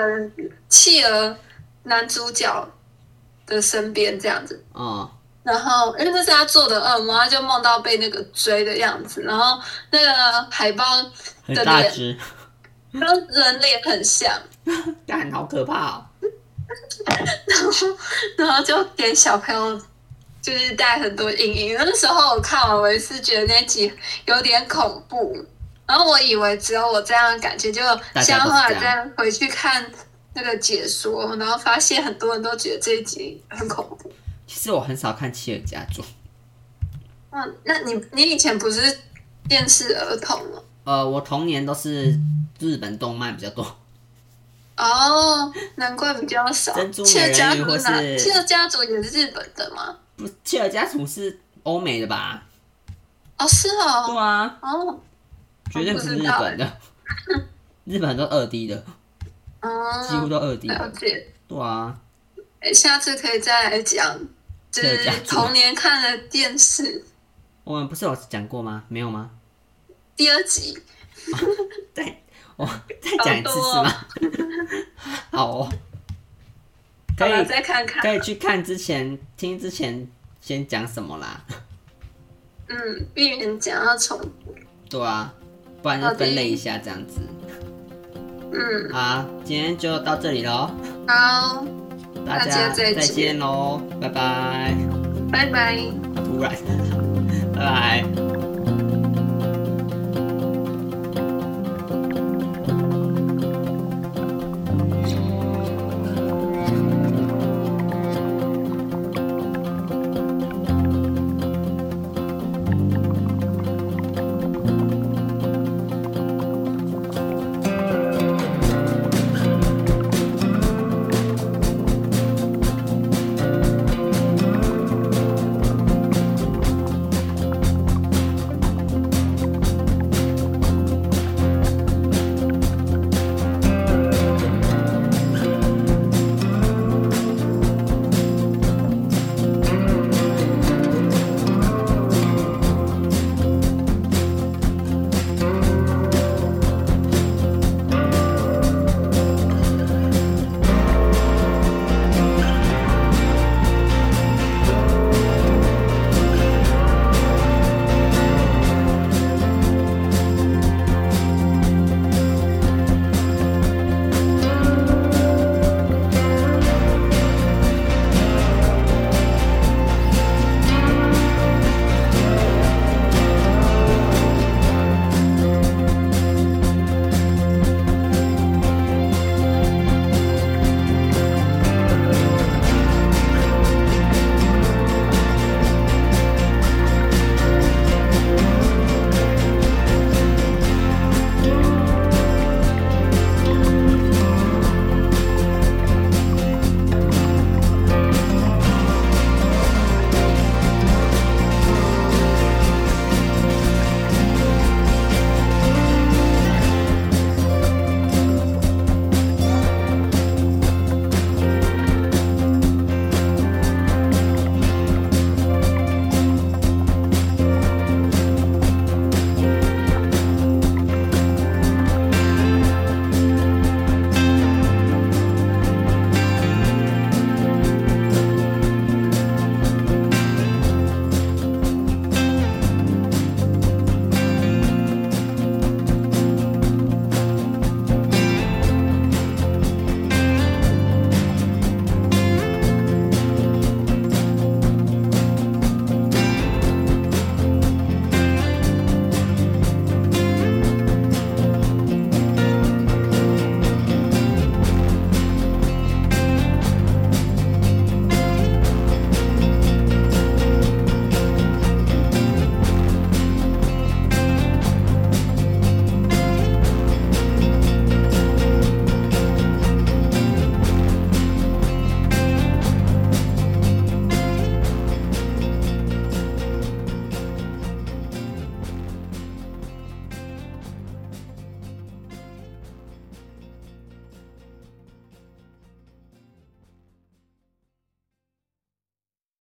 B: 企鹅男主角的身边这样子。
A: 嗯，
B: 然后，因为那是他做的噩梦，他就梦到被那个追的样子。然后那个海报
A: 很
B: 的
A: 大
B: 脸
A: 只，
B: 跟人脸很像，
A: 干好可怕、哦。
B: 然后就给小朋友就是带很多阴影。那时候我看完，我也是觉得那集有点恐怖，然后我以为只有我这样的感觉，就
A: 大家
B: 像
A: 都是
B: 后来
A: 这样
B: 再回去看那个解说，然后发现很多人都觉得这一集很恐怖。
A: 其实我很少看《企鹅家族》，
B: 嗯，那你你以前不是电视儿童吗？
A: 呃，我童年都是日本动漫比较多。
B: 哦，难怪比较少。
A: 珍珠
B: 企
A: 美
B: 鹅
A: 人
B: 家
A: 鱼
B: 族
A: 或
B: 哪？
A: 是
B: 企鹅家族也是日本的吗？
A: 不，《企鹅家族》是欧美的吧？
B: 哦，是哦，
A: 对啊，
B: 哦，
A: 绝对不是日本的。 日本很多二 D 的，几乎
B: 哦，
A: 都二 D
B: 了
A: 的。
B: 解。
A: 对啊，
B: 哎下次可以再来讲，就
A: 再来
B: 是
A: 讲
B: 童年看的电视
A: 我们不是有讲过吗？没有吗？
B: 第二集。
A: 再 我哦再讲一次是吗？ 好哦，
B: 好
A: 可
B: 了，
A: 以
B: 再看 看。
A: 可以去看之前听之前先讲什么啦？
B: 嗯，避免讲到重复。
A: 对啊，不然就分类一下这样子。
B: 嗯，
A: 好啊，今天就到这里喽，
B: 好，
A: 大
B: 大
A: 家
B: 家再
A: 再见喽，拜拜。
B: 拜拜。
A: 突然，拜拜。